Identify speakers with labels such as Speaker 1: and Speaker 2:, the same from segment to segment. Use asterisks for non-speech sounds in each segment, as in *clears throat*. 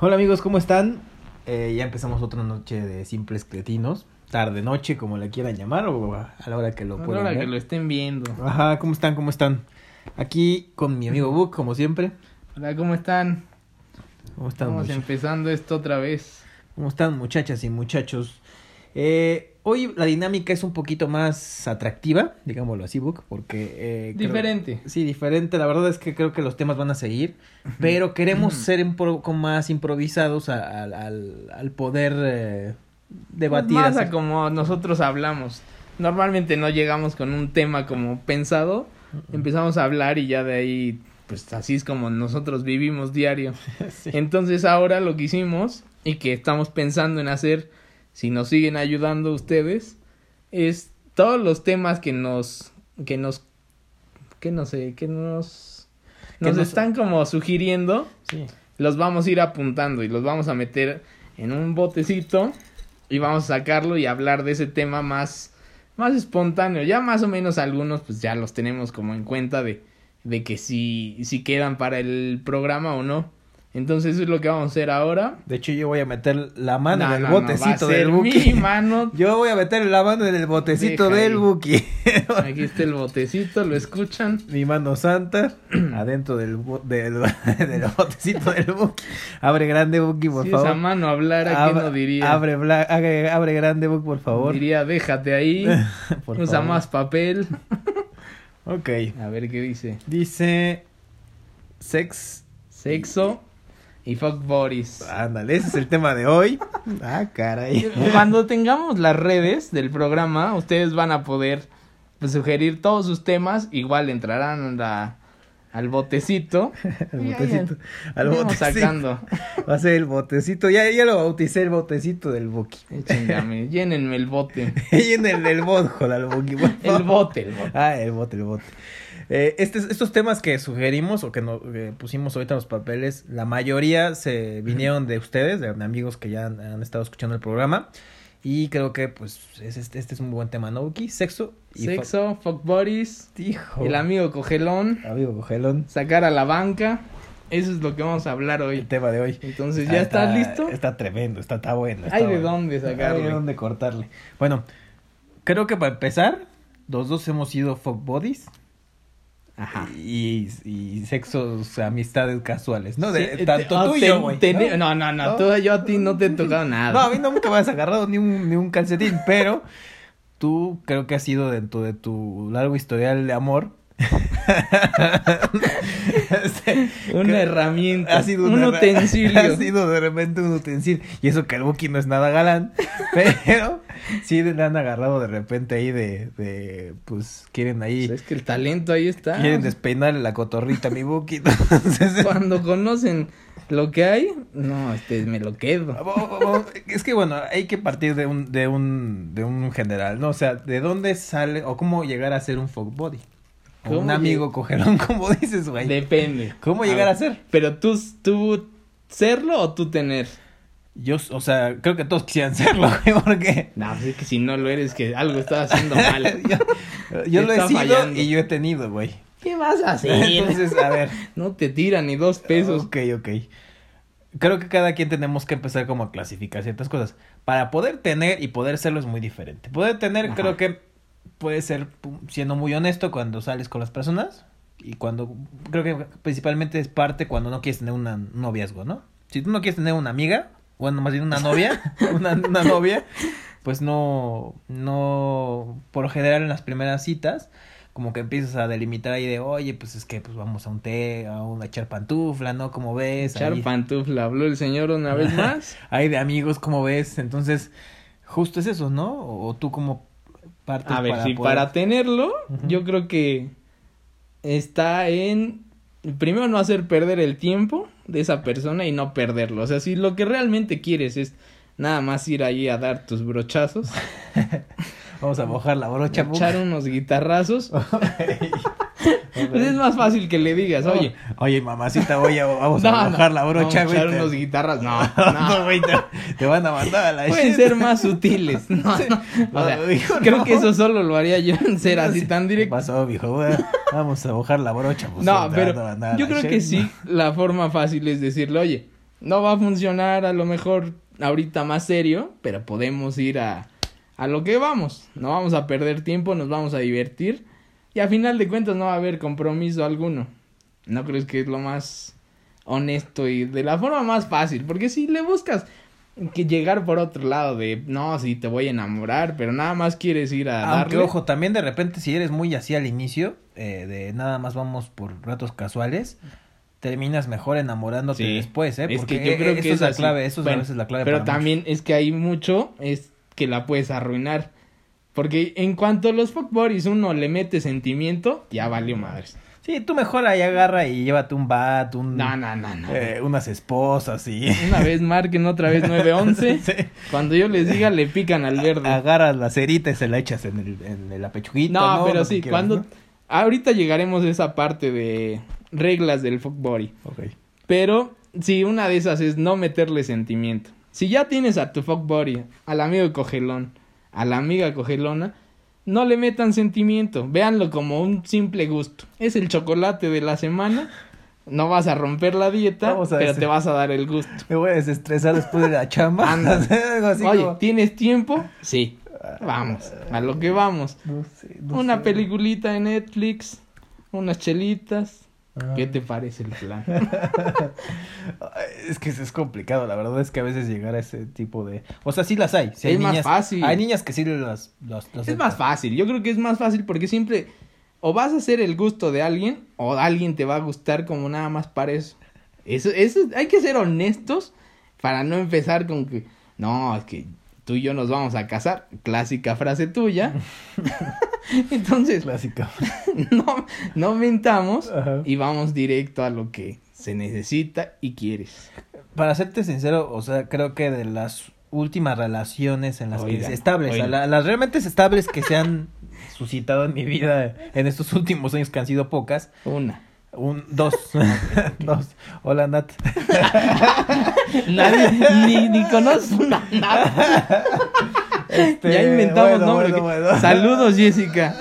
Speaker 1: Hola amigos, ¿cómo están? Eh, ya empezamos otra noche de simples cretinos. Tarde, noche, como le quieran llamar, o a a la hora que lo
Speaker 2: Ahora
Speaker 1: puedan
Speaker 2: que
Speaker 1: ver.
Speaker 2: lo estén viendo.
Speaker 1: Ajá, ¿cómo están? ¿Cómo están? Aquí con mi amigo Book, como siempre.
Speaker 2: Hola, ¿cómo están?
Speaker 1: ¿Cómo están,
Speaker 2: Estamos
Speaker 1: much-
Speaker 2: empezando esto otra vez.
Speaker 1: ¿Cómo están muchachas y muchachos? Eh, hoy la dinámica es un poquito más atractiva, digámoslo así, Book, porque... eh, creo-
Speaker 2: Diferente.
Speaker 1: Sí, diferente. La verdad es que creo que los temas van a seguir, pero queremos ser un poco más improvisados a- al- al, al poder eh, debatir.
Speaker 2: Más a
Speaker 1: acerca-
Speaker 2: como nosotros hablamos. Normalmente no llegamos con un tema como pensado. Empezamos a hablar y ya de ahí, pues así es como nosotros vivimos diario. *laughs*
Speaker 1: Sí.
Speaker 2: Entonces ahora lo que hicimos y que estamos pensando en hacer, si nos siguen ayudando ustedes, es todos los temas que nos, que nos, que no sé, que nos,
Speaker 1: Que
Speaker 2: nos
Speaker 1: nos-
Speaker 2: están como sugiriendo,
Speaker 1: Sí.
Speaker 2: los vamos a ir apuntando y los vamos a meter en un botecito y vamos a sacarlo y hablar de ese tema más, más espontáneo. Ya más o menos algunos pues ya los tenemos como en cuenta de, de que si, si quedan para el programa o no. Entonces eso es lo que vamos a hacer ahora.
Speaker 1: De hecho, yo voy a meter la mano
Speaker 2: No,
Speaker 1: en el
Speaker 2: no, no, va a
Speaker 1: botecito
Speaker 2: ser
Speaker 1: del
Speaker 2: mi
Speaker 1: buki.
Speaker 2: *laughs* mano.
Speaker 1: *laughs* Yo voy a meter la mano en el botecito
Speaker 2: Deja
Speaker 1: del
Speaker 2: ahí.
Speaker 1: buki.
Speaker 2: Aquí está el botecito, lo escuchan.
Speaker 1: *laughs* Mi mano
Speaker 2: *clears throat*
Speaker 1: santa adentro del, bo- del, *laughs* del botecito del buki. Abre grande buki, por
Speaker 2: si esa
Speaker 1: favor.
Speaker 2: mano hablara, ¿qué
Speaker 1: Ab-
Speaker 2: no diría?
Speaker 1: Abre, bla- abre, abre grande buki, por favor.
Speaker 2: Diría, déjate ahí,
Speaker 1: *laughs* Por
Speaker 2: usa
Speaker 1: favor.
Speaker 2: más papel.
Speaker 1: Ok.
Speaker 2: A ver qué dice.
Speaker 1: Dice sex.
Speaker 2: Sexo y fuck bodies.
Speaker 1: Ándale, ese es el tema de hoy. Ah, caray.
Speaker 2: *laughs* Cuando tengamos las redes del programa, ustedes van a poder pues, sugerir todos sus temas. Igual entrarán a- al botecito.
Speaker 1: Al
Speaker 2: Y ahí
Speaker 1: botecito. *laughs* Al
Speaker 2: vamos
Speaker 1: botecito. *laughs*
Speaker 2: sacando.
Speaker 1: Va a ser el botecito. Ya, ya lo bauticé el botecito del *laughs* buki.
Speaker 2: Échenme, llénenme
Speaker 1: *laughs*
Speaker 2: el bote.
Speaker 1: Y en el, el bot, joder, al buki. por
Speaker 2: El
Speaker 1: favor.
Speaker 2: bote, el bote.
Speaker 1: Ah, el bote, el bote. Eh, estes- estos temas que sugerimos o que, no- que pusimos ahorita en los papeles, la mayoría se vinieron de ustedes, de amigos que ya han, han estado escuchando el programa. Y creo que, pues, es- este, este es un buen tema, ¿no, Buki? Sexo y Oh. fa-
Speaker 2: Sexo, fuck bodies,
Speaker 1: Hijo.
Speaker 2: el amigo cogelón,
Speaker 1: Amigo cogelón.
Speaker 2: sacar a la banca. Eso es lo que vamos a hablar
Speaker 1: El
Speaker 2: hoy.
Speaker 1: tema de hoy.
Speaker 2: Entonces, ¿ya estás listo?
Speaker 1: Está tremendo, está, está bueno. está
Speaker 2: Hay de
Speaker 1: bueno.
Speaker 2: dónde
Speaker 1: Hay de
Speaker 2: sacarlo.
Speaker 1: dónde cortarle. Bueno, creo que para empezar, los dos hemos sido fuck buddies.
Speaker 2: Ajá.
Speaker 1: Y, y sexos, amistades casuales, ¿no? De,
Speaker 2: Sí, eh,
Speaker 1: tanto
Speaker 2: te- ah,
Speaker 1: tú y
Speaker 2: te-
Speaker 1: yo, güey.
Speaker 2: te-
Speaker 1: ¿no?
Speaker 2: No, no, no,
Speaker 1: ¿No?
Speaker 2: tú- yo a ti no te he tocado nada.
Speaker 1: No, a mí no nunca me has agarrado ni un, ni un
Speaker 2: *laughs*
Speaker 1: calcetín, pero tú creo que has sido dentro de tu largo historial de
Speaker 2: *laughs*
Speaker 1: amor. *laughs* Este,
Speaker 2: Una
Speaker 1: creo-
Speaker 2: herramienta.
Speaker 1: Ha sido
Speaker 2: un
Speaker 1: una-
Speaker 2: utensilio.
Speaker 1: *laughs* Ha sido de repente un utensilio. Y eso que el Buki no es nada
Speaker 2: *laughs*
Speaker 1: galán. Pero sí le han agarrado de repente ahí de. de pues quieren
Speaker 2: Pues
Speaker 1: ahí.
Speaker 2: es que el talento ahí está.
Speaker 1: Quieren *laughs* despeinar la cotorrita a mi Buki. *laughs* Entonces. *laughs*
Speaker 2: Cuando conocen lo que hay, no, este me lo
Speaker 1: Ah,
Speaker 2: quedo.
Speaker 1: Es que bueno, hay que partir de un, de un, de un general, ¿no? O sea, ¿de dónde sale o cómo llegar a ser un fuck body? O
Speaker 2: ¿Cómo
Speaker 1: un
Speaker 2: lleg-
Speaker 1: amigo cogerón, *laughs* como dices, güey.
Speaker 2: Depende.
Speaker 1: ¿Cómo llegar a
Speaker 2: ver,
Speaker 1: ser?
Speaker 2: Pero tú, tú serlo o tú tener.
Speaker 1: Yo, o sea, creo que todos quisieran serlo, *laughs* güey, porque
Speaker 2: No, pues es que si no lo eres, que algo estás haciendo
Speaker 1: *laughs*
Speaker 2: mal.
Speaker 1: Eh, yo, yo lo he
Speaker 2: Está
Speaker 1: sido
Speaker 2: fallando.
Speaker 1: y yo he tenido, güey.
Speaker 2: ¿Qué vas a hacer?
Speaker 1: Entonces, a ver.
Speaker 2: no te tiran ni dos *laughs* pesos.
Speaker 1: Ok, ok. Creo que cada quien tenemos que empezar como a clasificar ciertas cosas. Para poder tener y poder serlo es muy diferente. Poder tener
Speaker 2: Ajá.
Speaker 1: creo que puede ser pum, siendo muy honesto cuando sales con las personas y cuando creo que principalmente es parte cuando no quieres tener una- un noviazgo, ¿no? Si tú no quieres tener una amiga, bueno, más bien una
Speaker 2: *laughs*
Speaker 1: novia, una, una novia, pues no, no, por lo general en las primeras citas, como que empiezas a delimitar ahí de, oye, pues es que pues vamos a un té, a, un, a echar pantufla, ¿no? Como ves?
Speaker 2: Echar
Speaker 1: Ahí,
Speaker 2: pantufla, habló el señor
Speaker 1: *laughs*
Speaker 2: una vez más.
Speaker 1: ahí de amigos, como ves? Entonces, justo es eso, ¿no? O, tú como parte
Speaker 2: A ver, si
Speaker 1: poder-
Speaker 2: para tenerlo,
Speaker 1: Ujú.
Speaker 2: yo creo que está en primero no hacer perder el tiempo de esa persona y no perderlo. O sea, si lo que realmente quieres es nada más ir ahí a dar tus brochazos,
Speaker 1: *laughs* Vamos a mojar la brocha. Buki.
Speaker 2: echar unos guitarrazos, *laughs*
Speaker 1: *laughs*
Speaker 2: pues es más fácil que le digas, oye,
Speaker 1: Oye, mamacita, voy a, vamos
Speaker 2: no,
Speaker 1: a mojar la
Speaker 2: no,
Speaker 1: brocha,
Speaker 2: vamos
Speaker 1: güey.
Speaker 2: a echar
Speaker 1: te-
Speaker 2: unos guitarras, no,
Speaker 1: *laughs* No,
Speaker 2: no.
Speaker 1: güey, te, te van a mandar a la
Speaker 2: *laughs* Pueden
Speaker 1: shit.
Speaker 2: ser más sutiles. No,
Speaker 1: *laughs* Sí.
Speaker 2: no. O sea,
Speaker 1: No, hijo,
Speaker 2: creo
Speaker 1: no.
Speaker 2: que eso solo lo haría yo en ser así
Speaker 1: Sí.
Speaker 2: tan
Speaker 1: ¿Qué
Speaker 2: directo.
Speaker 1: pasó, mijo? Bueno, Vamos a mojar la brocha. pues,
Speaker 2: No,
Speaker 1: te van a
Speaker 2: pero
Speaker 1: mandar a
Speaker 2: yo
Speaker 1: la
Speaker 2: creo
Speaker 1: shit,
Speaker 2: que
Speaker 1: ¿no?
Speaker 2: sí, la forma fácil es decirle, oye, no va a funcionar a lo mejor ahorita más serio, pero podemos ir a, a lo que vamos. No vamos a perder tiempo, nos vamos a divertir y a final de cuentas no va a haber compromiso alguno. ¿No crees que es lo más honesto y de la forma más fácil? Porque si le buscas que llegar por otro lado de no, si te voy a enamorar, pero nada más quieres ir a
Speaker 1: Aunque,
Speaker 2: darle.
Speaker 1: ojo, también de repente, si eres muy así al inicio, eh, de nada más vamos por ratos casuales, terminas mejor enamorándote
Speaker 2: Sí.
Speaker 1: después, ¿eh?
Speaker 2: Es
Speaker 1: Porque
Speaker 2: que yo
Speaker 1: eh,
Speaker 2: creo
Speaker 1: eso
Speaker 2: que
Speaker 1: es,
Speaker 2: es
Speaker 1: la
Speaker 2: así.
Speaker 1: clave, eso es
Speaker 2: Bueno,
Speaker 1: a veces la clave.
Speaker 2: Pero
Speaker 1: para
Speaker 2: también es que hay mucho es que la puedes arruinar. Porque en cuanto a los fuckboys uno le mete sentimiento, ya valió madres.
Speaker 1: muchos. Sí, tú mejor ahí agarra y llévate un bat, un,
Speaker 2: No, no, no, no.
Speaker 1: eh, unas esposas y...
Speaker 2: Una vez marquen, otra vez 911.
Speaker 1: *laughs* Sí.
Speaker 2: Cuando yo les diga, le pican al verde.
Speaker 1: Agarras la cerita y se la echas en, el, en la pechuguita.
Speaker 2: No,
Speaker 1: Lo
Speaker 2: pero
Speaker 1: que
Speaker 2: sí,
Speaker 1: quieras,
Speaker 2: cuando...
Speaker 1: ¿no?
Speaker 2: Ahorita llegaremos a esa parte de reglas del fuckboy.
Speaker 1: Ok.
Speaker 2: Pero sí, una de esas es no meterle sentimiento. Si ya tienes a tu fuck buddy, al amigo cogelón, a la amiga cogelona, no le metan sentimiento. Véanlo como un simple gusto. Es el chocolate de la semana. No vas a romper la dieta,
Speaker 1: Vamos a
Speaker 2: pero
Speaker 1: decir-
Speaker 2: te vas a dar el gusto.
Speaker 1: Me voy a desestresar después de la chamba.
Speaker 2: Anda.
Speaker 1: *laughs* Algo así
Speaker 2: Oye,
Speaker 1: como-
Speaker 2: ¿tienes tiempo? Sí. Vamos, a lo que vamos.
Speaker 1: No sé, no
Speaker 2: Una
Speaker 1: sé.
Speaker 2: peliculita de Netflix, unas chelitas.
Speaker 1: Ah.
Speaker 2: ¿Qué te parece el plan?
Speaker 1: Ay, Es que eso es complicado, la verdad es que a veces llegar a ese tipo de... O sea, sí las hay. sí hay
Speaker 2: Es más
Speaker 1: niñas...
Speaker 2: fácil.
Speaker 1: Hay niñas que sí las... las, las *laughs*
Speaker 2: Es más fácil, yo creo que es más fácil porque siempre o vas a hacer el gusto de alguien o alguien te va a gustar como nada más para eso. Eso, eso hay que ser honestos para no empezar con que no, es que tú y yo nos vamos a casar, clásica frase tuya. *laughs* Entonces,
Speaker 1: Clásica.
Speaker 2: *laughs* no, no mentamos
Speaker 1: Ajá.
Speaker 2: y vamos directo a lo que se necesita y quieres.
Speaker 1: Para serte sincero, o sea, creo que de las últimas relaciones en las
Speaker 2: Oigan,
Speaker 1: que estables,
Speaker 2: oigan.
Speaker 1: la- las realmente estables que se han *laughs* suscitado en mi vida en estos últimos años que han sido pocas,
Speaker 2: Una.
Speaker 1: un dos, *laughs* dos. Hola Nat.
Speaker 2: Nadie, ni, ni conozco una nada.
Speaker 1: Este,
Speaker 2: ya inventamos
Speaker 1: bueno,
Speaker 2: nombre.
Speaker 1: bueno, bueno.
Speaker 2: Saludos, Jessica.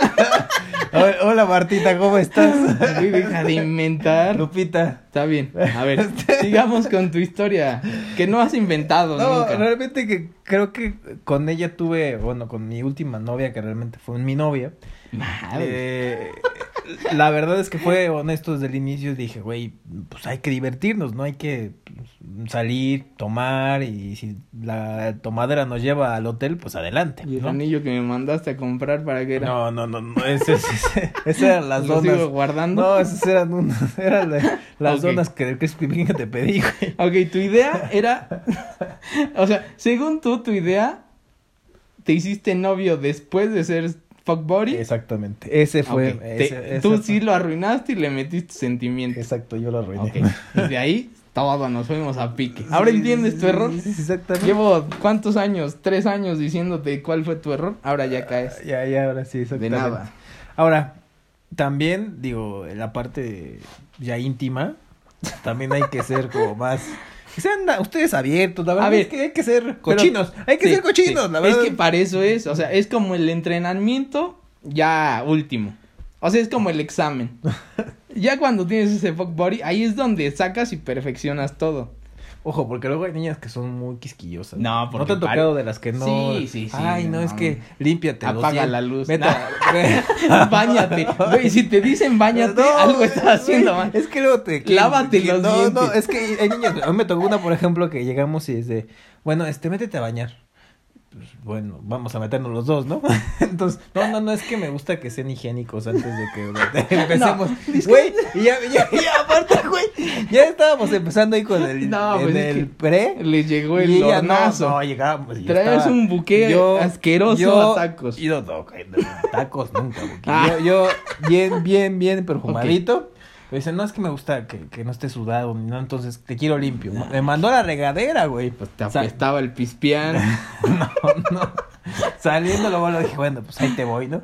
Speaker 1: Ho- Hola Martita, ¿cómo estás?
Speaker 2: *laughs* Güey, Deja de inventar.
Speaker 1: Lupita.
Speaker 2: Está bien. A ver, sigamos con tu historia que no has inventado
Speaker 1: Este. No,
Speaker 2: nunca.
Speaker 1: realmente que creo que con ella tuve, bueno, con mi última novia, que realmente fue mi novia.
Speaker 2: Madre.
Speaker 1: eh, la verdad es que fue honesto desde el inicio. Dije, güey, pues hay que divertirnos, ¿no? Hay que pues, salir, tomar y si la tomadera nos lleva al hotel, pues adelante.
Speaker 2: Y el
Speaker 1: ¿no?
Speaker 2: anillo que me mandaste a comprar para que era.
Speaker 1: No, no, no, no, ese- ese-
Speaker 2: *laughs*
Speaker 1: ese- esas eran las
Speaker 2: ¿Lo sigo
Speaker 1: donas.
Speaker 2: guardando.
Speaker 1: No, esas eran, unas- *laughs* eran la- las
Speaker 2: Ok.
Speaker 1: donas que del Krispy Kreme que te pedí, güey.
Speaker 2: Ok, tu idea era. o sea, según tú, tu idea. Te hiciste novio después de ser fuckbody.
Speaker 1: Exactamente, ese *laughs* fue.
Speaker 2: Ah, Ok, te-
Speaker 1: ese- ese
Speaker 2: tú
Speaker 1: fue-
Speaker 2: sí lo arruinaste y le metiste sentimientos.
Speaker 1: *laughs* Exacto, yo lo arruiné.
Speaker 2: Ok. Y de ahí todo nos fuimos a pique. Ahora
Speaker 1: Sí,
Speaker 2: entiendes
Speaker 1: sí,
Speaker 2: tu error.
Speaker 1: sí, sí, exactamente.
Speaker 2: Llevo cuántos años, tres años diciéndote cuál fue tu error. Ahora ya caes.
Speaker 1: Ya, ya, ahora sí,
Speaker 2: De
Speaker 1: exactamente.
Speaker 2: nada.
Speaker 1: Ahora, también, digo, en la parte ya íntima, *laughs* también hay que ser como más. Que sean na- ustedes abiertos, la verdad
Speaker 2: ver,
Speaker 1: es que hay que ser cochinos. hay que
Speaker 2: Sí,
Speaker 1: ser cochinos,
Speaker 2: sí.
Speaker 1: la verdad.
Speaker 2: Es que para eso es, o sea, es como el entrenamiento ya último. O sea, es como
Speaker 1: *laughs*
Speaker 2: el examen. ya cuando tienes ese fuck body, ahí es donde sacas y perfeccionas todo.
Speaker 1: Ojo, porque luego hay niñas que son muy quisquillosas.
Speaker 2: No,
Speaker 1: No te
Speaker 2: porque
Speaker 1: han tocado de las que no.
Speaker 2: Sí, sí, sí,
Speaker 1: Ay, no,
Speaker 2: no,
Speaker 1: es
Speaker 2: no.
Speaker 1: que límpiate. los
Speaker 2: Apaga
Speaker 1: dientes.
Speaker 2: la luz.
Speaker 1: Neta. *laughs*
Speaker 2: Báñate. Güey, si te dicen báñate,
Speaker 1: No,
Speaker 2: algo estás
Speaker 1: güey,
Speaker 2: haciendo mal.
Speaker 1: Es que luego te.
Speaker 2: Lávate los
Speaker 1: no,
Speaker 2: dientes.
Speaker 1: No, es que hay niñas. A mí me tocó una, por ejemplo, que llegamos y es de. Bueno, este, métete a bañar. Pues, bueno, vamos a meternos los dos, ¿no? *laughs* Entonces, no, no, no, es que me gusta que sean higiénicos antes de que *laughs* empecemos. *laughs* Güey, y ya, ya, ya, aparte, güey, ya estábamos empezando ahí con el,
Speaker 2: No,
Speaker 1: en
Speaker 2: pues, es
Speaker 1: el
Speaker 2: que-
Speaker 1: pre.
Speaker 2: Le llegó
Speaker 1: Y
Speaker 2: el
Speaker 1: ella,
Speaker 2: hornazo.
Speaker 1: No, no, llegábamos. y yo
Speaker 2: Traes
Speaker 1: estaba-
Speaker 2: un buque asqueroso a tacos.
Speaker 1: Y no, no, que no, tacos nunca. porque
Speaker 2: Ah.
Speaker 1: Yo, yo, bien, bien, bien perfumadito. Me dice, no, es que me gusta que, que no esté sudado, ni nada, entonces te quiero limpio. Me mandó a la regadera, güey.
Speaker 2: Pues te
Speaker 1: O sea,
Speaker 2: apestaba el
Speaker 1: *laughs*
Speaker 2: pispián.
Speaker 1: no, no. Saliendo luego lo dije, bueno, pues ahí te voy, ¿no?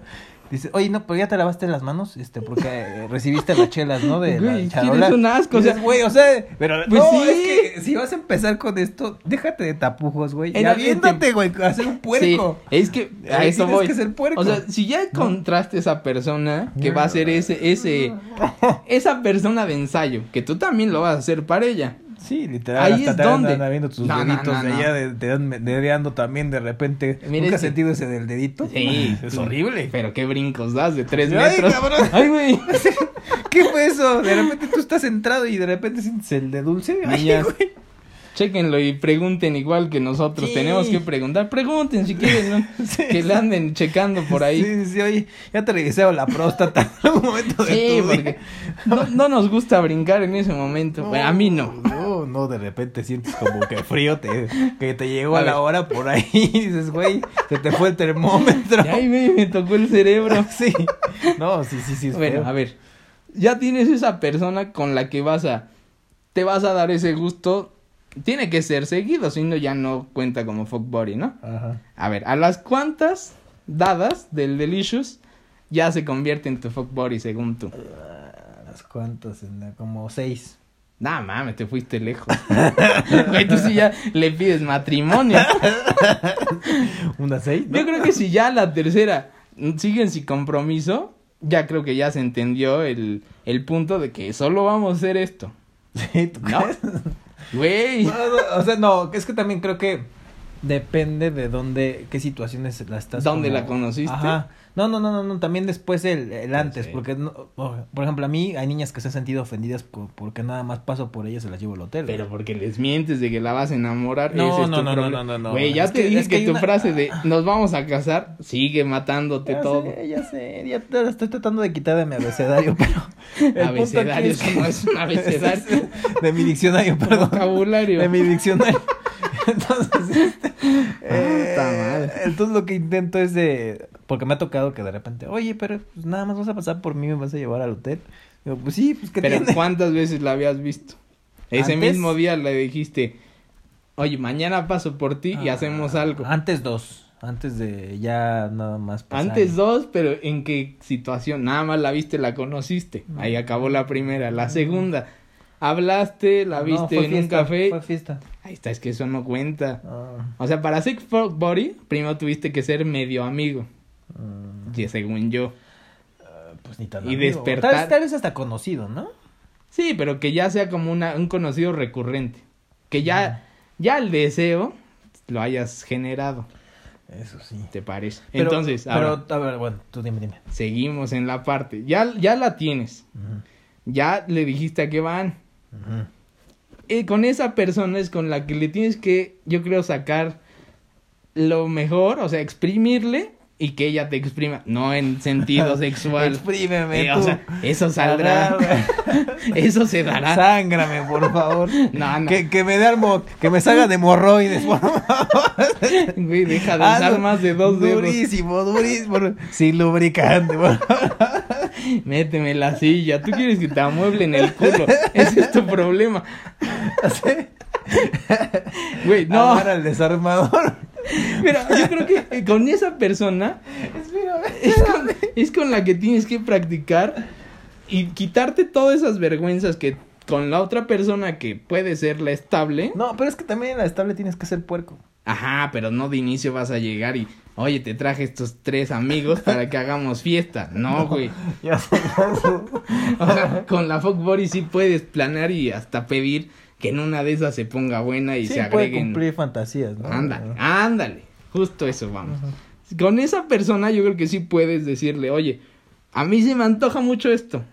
Speaker 1: Dice, oye, no, pero ya te lavaste las manos, este, porque eh, recibiste las chelas, ¿no? De la
Speaker 2: Güey, sí
Speaker 1: charola.
Speaker 2: eres un asco, o
Speaker 1: Dices,
Speaker 2: sea,
Speaker 1: güey, o sea, pero
Speaker 2: pues
Speaker 1: no,
Speaker 2: sí.
Speaker 1: es que si vas a empezar con esto, déjate de tapujos, güey. Y
Speaker 2: Era bien
Speaker 1: aviéntate, güey, a hacer un puerco.
Speaker 2: Sí, es que a
Speaker 1: Ahí
Speaker 2: eso
Speaker 1: tienes
Speaker 2: voy.
Speaker 1: que ser puerco.
Speaker 2: O sea, si ya encontraste esa persona que va
Speaker 1: *laughs*
Speaker 2: a ser ese, ese, esa persona de ensayo, que tú también lo vas a hacer para ella.
Speaker 1: Sí, literal.
Speaker 2: Ahí
Speaker 1: hasta
Speaker 2: es
Speaker 1: te
Speaker 2: donde-
Speaker 1: andan viendo tus
Speaker 2: No, no,
Speaker 1: deditos
Speaker 2: no,
Speaker 1: de
Speaker 2: no.
Speaker 1: allá, de- te dan dedeando también de repente.
Speaker 2: Mira
Speaker 1: ¿Nunca
Speaker 2: este-
Speaker 1: has sentido ese del dedito?
Speaker 2: Sí.
Speaker 1: *laughs* es horrible.
Speaker 2: Pero qué brincos das de tres
Speaker 1: Ay,
Speaker 2: metros.
Speaker 1: cabrón.
Speaker 2: *laughs* Ay, güey.
Speaker 1: *laughs* ¿Qué fue eso? De repente tú estás centrado y de repente sientes el de dulce. Ay,
Speaker 2: Niñas,
Speaker 1: güey.
Speaker 2: Chéquenlo y pregunten igual que nosotros.
Speaker 1: Sí.
Speaker 2: Tenemos que preguntar. Pregunten si quieren.
Speaker 1: *laughs*
Speaker 2: ¿no? Que le anden checando por ahí.
Speaker 1: Sí, sí, sí, oye, ya te regresaba la próstata en algún momento de
Speaker 2: Sí,
Speaker 1: tu
Speaker 2: porque
Speaker 1: vida.
Speaker 2: no, no nos gusta brincar en ese momento. Bueno, a mí no.
Speaker 1: No, no, de repente sientes como que frío te, que te llegó
Speaker 2: A
Speaker 1: a, la
Speaker 2: ver.
Speaker 1: hora por ahí *laughs* y dices, güey, se te fue el termómetro.
Speaker 2: *laughs* Ay, güey, me tocó el cerebro.
Speaker 1: *laughs* Sí. No, sí, sí, sí. es
Speaker 2: Bueno,
Speaker 1: feo.
Speaker 2: a ver. Ya tienes esa persona con la que vas a. Te vas a dar ese gusto. Tiene que ser seguido, si no ya no cuenta como fuck body, ¿no?
Speaker 1: Ajá.
Speaker 2: A ver, ¿a las cuantas dadas del Delicious ya se convierte en tu fuck body según tú?
Speaker 1: A las cuantas, en la- como seis.
Speaker 2: Nah, mames, te fuiste lejos. Güey, tú sí ya le pides matrimonio.
Speaker 1: ¿Una seis? no?
Speaker 2: Yo creo que si ya la tercera siguen sin compromiso, ya creo que ya se entendió el, el punto de que solo vamos a hacer esto.
Speaker 1: *laughs* Sí, ¿tú *laughs*
Speaker 2: ¿No?
Speaker 1: crees?
Speaker 2: Güey.
Speaker 1: *laughs* No, no, o sea, no, es que también creo que depende de dónde, qué situaciones la estás.
Speaker 2: ¿Dónde la conociste?
Speaker 1: Ajá. No, no, no, no, no, también después el, el antes,
Speaker 2: sí.
Speaker 1: porque, no- por por ejemplo, a mí hay niñas que se han sentido ofendidas por- porque nada más paso por ellas y las llevo al hotel.
Speaker 2: Pero porque les mientes de que la vas a enamorar.
Speaker 1: No,
Speaker 2: ese es
Speaker 1: no,
Speaker 2: tu
Speaker 1: no, no, no,
Speaker 2: problema.
Speaker 1: no, no.
Speaker 2: Güey, ya
Speaker 1: Es
Speaker 2: te
Speaker 1: que-
Speaker 2: dije
Speaker 1: es
Speaker 2: que,
Speaker 1: que hay
Speaker 2: tu
Speaker 1: una- Ah.
Speaker 2: frase de nos vamos a casar sigue matándote
Speaker 1: ya
Speaker 2: todo. *laughs*
Speaker 1: sé, ya sé, ya te la estoy tratando de quitar de mi abecedario, *laughs* pero el punto aquí
Speaker 2: Abecedario,
Speaker 1: es que- *laughs*
Speaker 2: no es un *laughs* abecedario.
Speaker 1: de mi diccionario, perdón.
Speaker 2: Vocabulario.
Speaker 1: de mi diccionario. *laughs* Entonces, este, eh,
Speaker 2: está mal.
Speaker 1: entonces lo que intento es de, porque me ha tocado que de repente, oye, pero pues, nada más vas a pasar por mí, me vas a llevar al hotel. Digo, pues sí, pues que
Speaker 2: Pero
Speaker 1: tiene.
Speaker 2: ¿cuántas veces la habías visto? Ese
Speaker 1: Antes-
Speaker 2: mismo día le dijiste, oye, mañana paso por ti y
Speaker 1: Ah,
Speaker 2: hacemos algo.
Speaker 1: Antes dos, antes de ya nada más pasar.
Speaker 2: Antes dos, pero ¿en qué situación? Nada más la viste, la conociste. Ahí acabó la primera. La segunda, hablaste, la
Speaker 1: No,
Speaker 2: viste
Speaker 1: fue
Speaker 2: en
Speaker 1: fiesta,
Speaker 2: un café.
Speaker 1: Fue fiesta.
Speaker 2: Ahí está, es que eso no cuenta.
Speaker 1: Ah,
Speaker 2: O sea, para Six Fuck Body, primero tuviste que ser medio amigo.
Speaker 1: mm,
Speaker 2: Y según yo.
Speaker 1: pues ni tan
Speaker 2: Y
Speaker 1: amigo.
Speaker 2: despertar.
Speaker 1: Tal, vez- tal vez hasta conocido, ¿no?
Speaker 2: Sí, pero que ya sea como una, un conocido recurrente. Que ya, ya el deseo lo hayas generado,
Speaker 1: Eso sí.
Speaker 2: ¿te parece?
Speaker 1: Pero-
Speaker 2: Entonces, ahora,
Speaker 1: Pero, a ver, bueno, tú dime, dime.
Speaker 2: seguimos en la parte. Ya, ya la tienes.
Speaker 1: Ujú,
Speaker 2: Ya le dijiste a qué van.
Speaker 1: ujú.
Speaker 2: eh, con esa persona es con la que le tienes que, yo creo, sacar lo mejor, o sea, exprimirle y que ella te exprima, no en sentido
Speaker 1: *laughs*
Speaker 2: sexual.
Speaker 1: Exprímeme
Speaker 2: Eh,
Speaker 1: tú.
Speaker 2: o sea, eso saldrá,
Speaker 1: *laughs*
Speaker 2: eso se dará.
Speaker 1: Sángrame, por favor.
Speaker 2: No, no,
Speaker 1: Que, que me dé almo- que me salga de hemorroides, por favor.
Speaker 2: güey, deja de usar más de dos dedos.
Speaker 1: Ah, Durísimo, durísimo. Sin lubricante, por favor. *laughs*
Speaker 2: Méteme la silla, tú quieres que te amueblen el culo, ese es tu problema. Güey,
Speaker 1: No.
Speaker 2: no,
Speaker 1: Agarra el desarmador.
Speaker 2: pero yo creo que eh, con esa persona es con, es con la que tienes que practicar y quitarte todas esas vergüenzas que con la otra persona que puede ser la estable.
Speaker 1: No, pero es que también en la estable tienes que ser
Speaker 2: *laughs*
Speaker 1: puerco.
Speaker 2: Ajá, pero no de inicio vas a llegar y, oye, te traje estos tres amigos para que hagamos
Speaker 1: *laughs*
Speaker 2: fiesta. No, güey.
Speaker 1: Ya sé, ya sé.
Speaker 2: O sea, con la Fuck Body sí puedes planear y hasta pedir que en una de esas se ponga buena y
Speaker 1: Sí,
Speaker 2: se
Speaker 1: puede
Speaker 2: agreguen.
Speaker 1: cumplir fantasías, ¿no?
Speaker 2: Ándale, ándale. Justo eso, vamos. Con esa persona yo creo que sí puedes decirle, oye, a mí se me antoja mucho esto.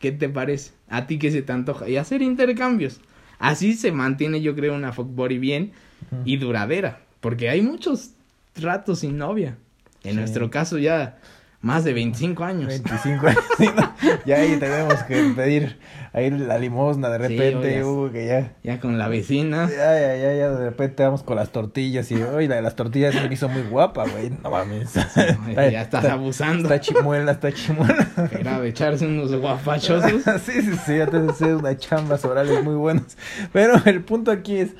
Speaker 2: ¿Qué te parece? ¿A ti qué se te antoja? Y hacer intercambios. Así se mantiene, yo creo, una fuck body bien
Speaker 1: Ujú.
Speaker 2: y duradera. Porque hay muchos ratos sin novia. En
Speaker 1: Sí.
Speaker 2: nuestro caso ya más de 25 años.
Speaker 1: 25 años. sí, ¿no? Ya ahí tenemos que pedir ahí la limosna de
Speaker 2: Sí,
Speaker 1: repente,
Speaker 2: oigas.
Speaker 1: uh, que ya.
Speaker 2: Ya con
Speaker 1: *laughs*
Speaker 2: la vecina.
Speaker 1: Ya, ya, ya, ya, de repente vamos con las tortillas y, oye, la de las tortillas se me hizo muy guapa, güey, no mames. *laughs*
Speaker 2: ya estás abusando.
Speaker 1: Está chimuela, está chimuela. *laughs*
Speaker 2: Era de echarse unos guapachosos.
Speaker 1: sí, sí, sí, ya te haces unas chambas orales muy buenas. Pero el punto aquí es,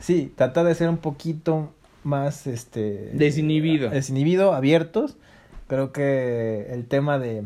Speaker 1: sí, tratar de ser un poquito más, este...
Speaker 2: Desinhibido.
Speaker 1: Desinhibido, abiertos. Creo que el tema de,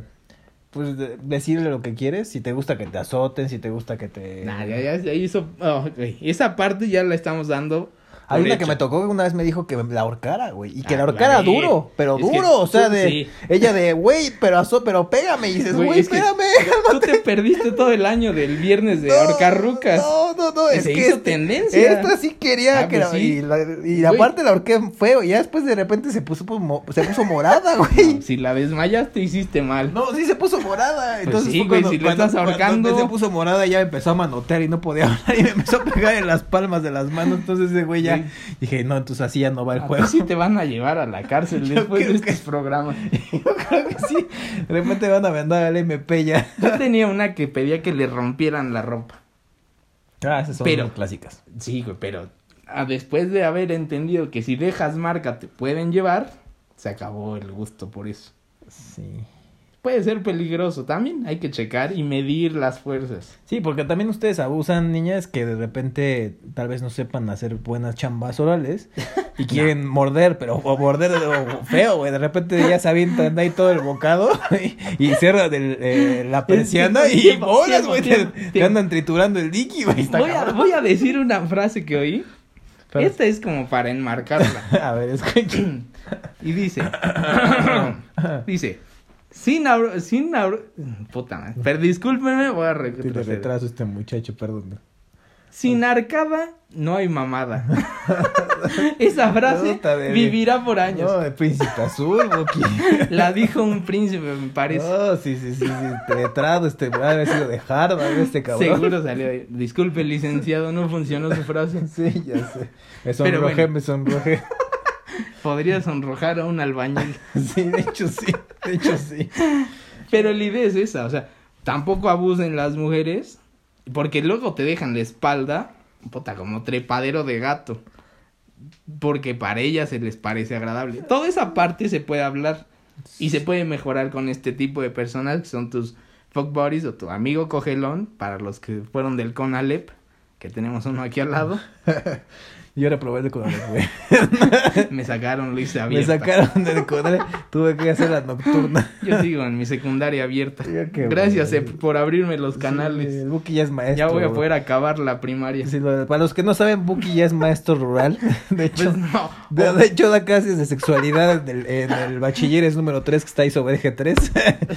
Speaker 1: pues, de- decirle lo que quieres, si te gusta que te azoten, si te gusta que te...
Speaker 2: Nah, ya, ya, ya hizo. oh, güey, Esa parte ya la estamos dando
Speaker 1: Hay
Speaker 2: Por
Speaker 1: una que
Speaker 2: hecho.
Speaker 1: me tocó que una vez me dijo que la ahorcara, güey. Y que
Speaker 2: Ah,
Speaker 1: la ahorcara
Speaker 2: la de-
Speaker 1: duro, pero
Speaker 2: es que-
Speaker 1: duro. o sea, de.
Speaker 2: sí.
Speaker 1: Ella de, güey, pero aso- pero pégame. Y dices,
Speaker 2: Güey,
Speaker 1: güey,
Speaker 2: es que-
Speaker 1: espérame.
Speaker 2: *laughs* Tú te perdiste todo el año del viernes de
Speaker 1: no,
Speaker 2: ahorcar rucas.
Speaker 1: No, no, no.
Speaker 2: Y
Speaker 1: Es
Speaker 2: se
Speaker 1: que
Speaker 2: hizo
Speaker 1: este-
Speaker 2: tendencia.
Speaker 1: Esta sí quería
Speaker 2: Ah,
Speaker 1: que
Speaker 2: pues
Speaker 1: la-
Speaker 2: sí.
Speaker 1: Y, la, y
Speaker 2: Güey.
Speaker 1: aparte la ahorqué feo. Y ya después de repente se puso, pues, mo- se puso morada, *laughs* güey.
Speaker 2: Si la desmayaste, hiciste mal.
Speaker 1: No, sí se puso morada. Entonces
Speaker 2: Pues sí,
Speaker 1: fue
Speaker 2: güey,
Speaker 1: cuando-
Speaker 2: si le
Speaker 1: cuando-
Speaker 2: estás
Speaker 1: cuando
Speaker 2: ahorcando.
Speaker 1: Se puso morada y ya me empezó a manotear y no podía *laughs* hablar y me empezó a pegar en las palmas de las manos. Entonces ese güey ya
Speaker 2: Güey. Ah, pues
Speaker 1: dije, no, entonces así ya no va el
Speaker 2: A ti
Speaker 1: juego.
Speaker 2: sí te van a llevar a la
Speaker 1: *laughs*
Speaker 2: cárcel
Speaker 1: Yo
Speaker 2: después de
Speaker 1: creo que-
Speaker 2: estos programas.
Speaker 1: Yo creo que Pues sí. De repente van a mandar al MP ya.
Speaker 2: Yo tenía una que pedía que le rompieran la ropa.
Speaker 1: Ah, esas
Speaker 2: son muy
Speaker 1: clásicas.
Speaker 2: Sí, güey, pero ah, después de haber entendido que si dejas marca te pueden llevar, se acabó el gusto por eso.
Speaker 1: Sí.
Speaker 2: Puede ser peligroso también, hay que checar y medir las fuerzas.
Speaker 1: Sí, porque también ustedes abusan, niñas, que de repente tal vez no sepan hacer buenas chambas orales *laughs* y quieren morder, pero o morder o feo, güey. De repente ya se avientan ahí todo el bocado y, y cierran el, eh, la persiana
Speaker 2: tiempo,
Speaker 1: y
Speaker 2: tiempo,
Speaker 1: bolas,
Speaker 2: tiempo,
Speaker 1: güey. Te,
Speaker 2: tiempo,
Speaker 1: te
Speaker 2: tiempo.
Speaker 1: andan triturando el diqui, güey. está
Speaker 2: Voy a,
Speaker 1: cabrón.
Speaker 2: voy a decir una frase que oí.
Speaker 1: Pero-
Speaker 2: Esta es como para enmarcarla.
Speaker 1: *laughs* A ver, escuchen.
Speaker 2: Y
Speaker 1: *coughs*
Speaker 2: dice, dice, sin abro, sin abro, puta madre, pero discúlpenme, voy a re-
Speaker 1: Tiene
Speaker 2: retroceder.
Speaker 1: retraso este muchacho, perdón.
Speaker 2: Sin arcada no
Speaker 1: *laughs*
Speaker 2: hay mamada. Esa frase
Speaker 1: Puta de-
Speaker 2: vivirá por años.
Speaker 1: No, de príncipe azul, Boqui.
Speaker 2: La dijo un príncipe, me parece.
Speaker 1: No, Oh, sí, sí, sí, sí, letrado, este, ha de haber sido de Harvard,
Speaker 2: *laughs*
Speaker 1: este cabrón.
Speaker 2: Seguro salió ahí. Disculpe, licenciado, no funcionó su frase.
Speaker 1: Sí, ya sé. Me
Speaker 2: Pero
Speaker 1: sonrojé,
Speaker 2: bueno.
Speaker 1: me sonrojé. *laughs*
Speaker 2: Podría sonrojar a un albañil.
Speaker 1: Sí, de hecho sí, de hecho sí.
Speaker 2: Pero la idea es esa, o sea, tampoco abusen las mujeres, porque luego te dejan la espalda, puta, como trepadero de gato, porque para ellas se les parece agradable. Toda esa parte se puede hablar y se puede mejorar con este tipo de personas que son tus fuck buddies o tu amigo cogelón, para los que fueron del Conalep, que tenemos uno aquí
Speaker 1: *laughs*
Speaker 2: al lado,
Speaker 1: Yo reprobé el colores, güey.
Speaker 2: me sacaron Luis
Speaker 1: Me
Speaker 2: abierta.
Speaker 1: sacaron del colores, tuve que hacer la nocturna.
Speaker 2: Yo sigo en mi secundaria abierta.
Speaker 1: Ya que
Speaker 2: Gracias
Speaker 1: bueno.
Speaker 2: Ep, por abrirme los canales.
Speaker 1: Sí, el Buki ya es maestro.
Speaker 2: Ya voy a
Speaker 1: güey.
Speaker 2: poder acabar la primaria.
Speaker 1: Sí, lo- para los que no saben, Buki ya es maestro rural. *laughs* De hecho,
Speaker 2: *laughs* Pues no.
Speaker 1: de, de hecho da clases de sexualidad en el, en el bachilleres número 3 que está ahí sobre eje
Speaker 2: *laughs*
Speaker 1: 3.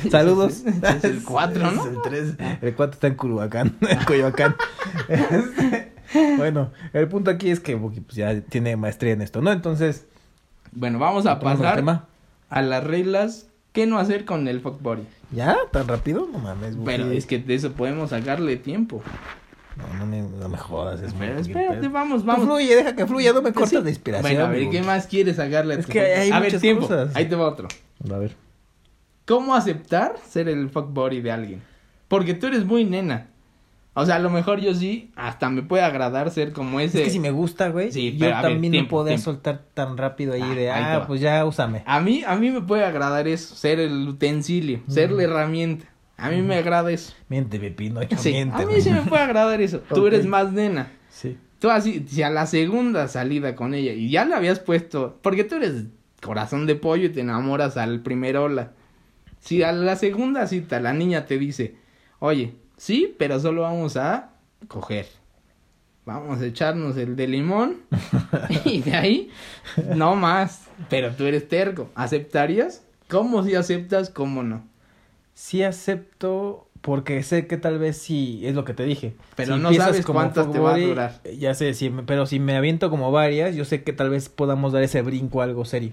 Speaker 1: Saludos.
Speaker 2: Es el cuatro, ¿no?
Speaker 1: Es el 3. El 4 está en Culiacán, *laughs* en Coyoacán. Este, bueno, el punto aquí es que Buki pues, ya tiene maestría en esto, ¿no? Entonces,
Speaker 2: Bueno, vamos a
Speaker 1: ¿tomamos el
Speaker 2: pasar
Speaker 1: tema?
Speaker 2: a las reglas. ¿Qué no hacer con el fuck body?
Speaker 1: ¿Ya? ¿Tan rápido? No mames, Buki.
Speaker 2: Pero es que de eso podemos sacarle tiempo.
Speaker 1: No, no me, no me jodas. Pues Es muy
Speaker 2: Pero
Speaker 1: poquito.
Speaker 2: espérate, vamos,
Speaker 1: Tú
Speaker 2: vamos.
Speaker 1: Fluye, deja que fluya, no me cortes
Speaker 2: Sí.
Speaker 1: la inspiración.
Speaker 2: Bueno, a ver,
Speaker 1: Buki.
Speaker 2: ¿qué más quieres sacarle a
Speaker 1: Es
Speaker 2: tu
Speaker 1: que
Speaker 2: fuck
Speaker 1: hay
Speaker 2: buddy? A ver,
Speaker 1: muchas
Speaker 2: tiempo.
Speaker 1: cosas.
Speaker 2: Ahí te va otro.
Speaker 1: A ver.
Speaker 2: ¿Cómo aceptar ser el fuck body de alguien? Porque tú eres muy nena. O sea, a lo mejor yo sí, hasta me puede agradar ser como ese.
Speaker 1: Es que si me gusta, güey,
Speaker 2: Sí,
Speaker 1: yo
Speaker 2: pero a ver,
Speaker 1: también
Speaker 2: tiempo,
Speaker 1: no podía
Speaker 2: tiempo.
Speaker 1: soltar tan rápido ahí
Speaker 2: Ah,
Speaker 1: de,
Speaker 2: ahí te
Speaker 1: ah,
Speaker 2: va.
Speaker 1: pues ya úsame.
Speaker 2: A mí, a mí me puede agradar eso, ser el utensilio, ser la herramienta. A mí me agrada eso.
Speaker 1: Miente, Pepino, yo
Speaker 2: Sí,
Speaker 1: miente.
Speaker 2: a mí
Speaker 1: güey.
Speaker 2: sí me puede agradar eso. Tú
Speaker 1: Ok.
Speaker 2: eres más nena.
Speaker 1: *laughs* Sí.
Speaker 2: Tú así, si a la segunda salida con ella y ya le habías puesto, porque tú eres corazón de pollo y te enamoras al primer hola. Si a la segunda cita la niña te dice, oye, sí, pero solo vamos a coger. Vamos a echarnos el de limón
Speaker 1: *laughs*
Speaker 2: y de ahí no más. Pero tú eres terco. ¿Aceptarías? ¿Cómo si aceptas? ¿Cómo no?
Speaker 1: Sí acepto porque sé que tal vez sí, es lo que te dije.
Speaker 2: Pero
Speaker 1: Si
Speaker 2: no
Speaker 1: empiezas
Speaker 2: sabes
Speaker 1: como
Speaker 2: cuántas
Speaker 1: fuck
Speaker 2: te va a
Speaker 1: buddy,
Speaker 2: durar.
Speaker 1: eh, Ya sé, sí, me- pero si me aviento como varias, yo sé que tal vez podamos dar ese brinco a algo serio.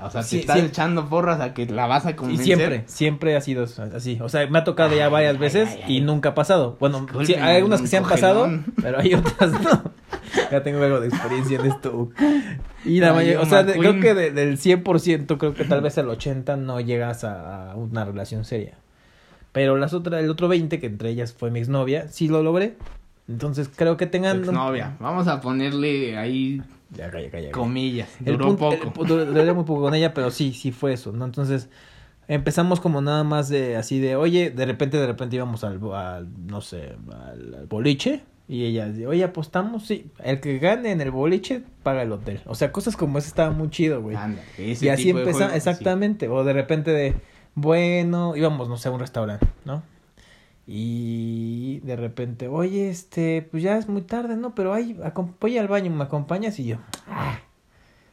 Speaker 2: O sea, te
Speaker 1: Sí,
Speaker 2: estás
Speaker 1: sí.
Speaker 2: echando porras a que la vas a
Speaker 1: Y
Speaker 2: convencer.
Speaker 1: siempre, siempre ha sido así. O sea, me ha tocado ya
Speaker 2: Ay,
Speaker 1: varias
Speaker 2: ay,
Speaker 1: veces
Speaker 2: ay,
Speaker 1: y
Speaker 2: ay.
Speaker 1: nunca ha pasado. Bueno,
Speaker 2: Disculpen,
Speaker 1: sí, hay algunas que
Speaker 2: un
Speaker 1: se han pasado,
Speaker 2: cogelón.
Speaker 1: pero hay otras no. Ya tengo algo de experiencia en esto. Y la
Speaker 2: Rayo
Speaker 1: mayoría, o sea, de- creo
Speaker 2: McQueen.
Speaker 1: que de- del 100%, creo que tal vez al 80 no llegas a, a una relación seria. Pero las otras, el otro 20, que entre ellas fue mi exnovia, sí lo logré. Entonces creo que
Speaker 2: Tu
Speaker 1: tengan...
Speaker 2: exnovia. Vamos a ponerle ahí
Speaker 1: Ya, calla, calla, calla.
Speaker 2: comillas.
Speaker 1: El
Speaker 2: Duró
Speaker 1: punto- el
Speaker 2: poco.
Speaker 1: pu- duré- duré muy poco con ella, pero sí, sí fue eso, ¿no? Entonces, empezamos como nada más de así de, oye, de repente, de repente íbamos al, bo- al, no sé, al, al boliche. Y ella dice, oye, apostamos, sí, el que gane en el boliche paga el hotel. O sea, cosas como esa estaba muy chido, güey.
Speaker 2: Anda, ese
Speaker 1: Y así
Speaker 2: tipo de
Speaker 1: empezamos,
Speaker 2: juego, sí.
Speaker 1: exactamente. O de repente de, bueno, íbamos, no sé, a un restaurante, ¿no? Y de repente, oye, este, pues ya es muy tarde, ¿no? Pero ahí, acom- voy al baño, ¿me acompañas? Y yo, "Ah".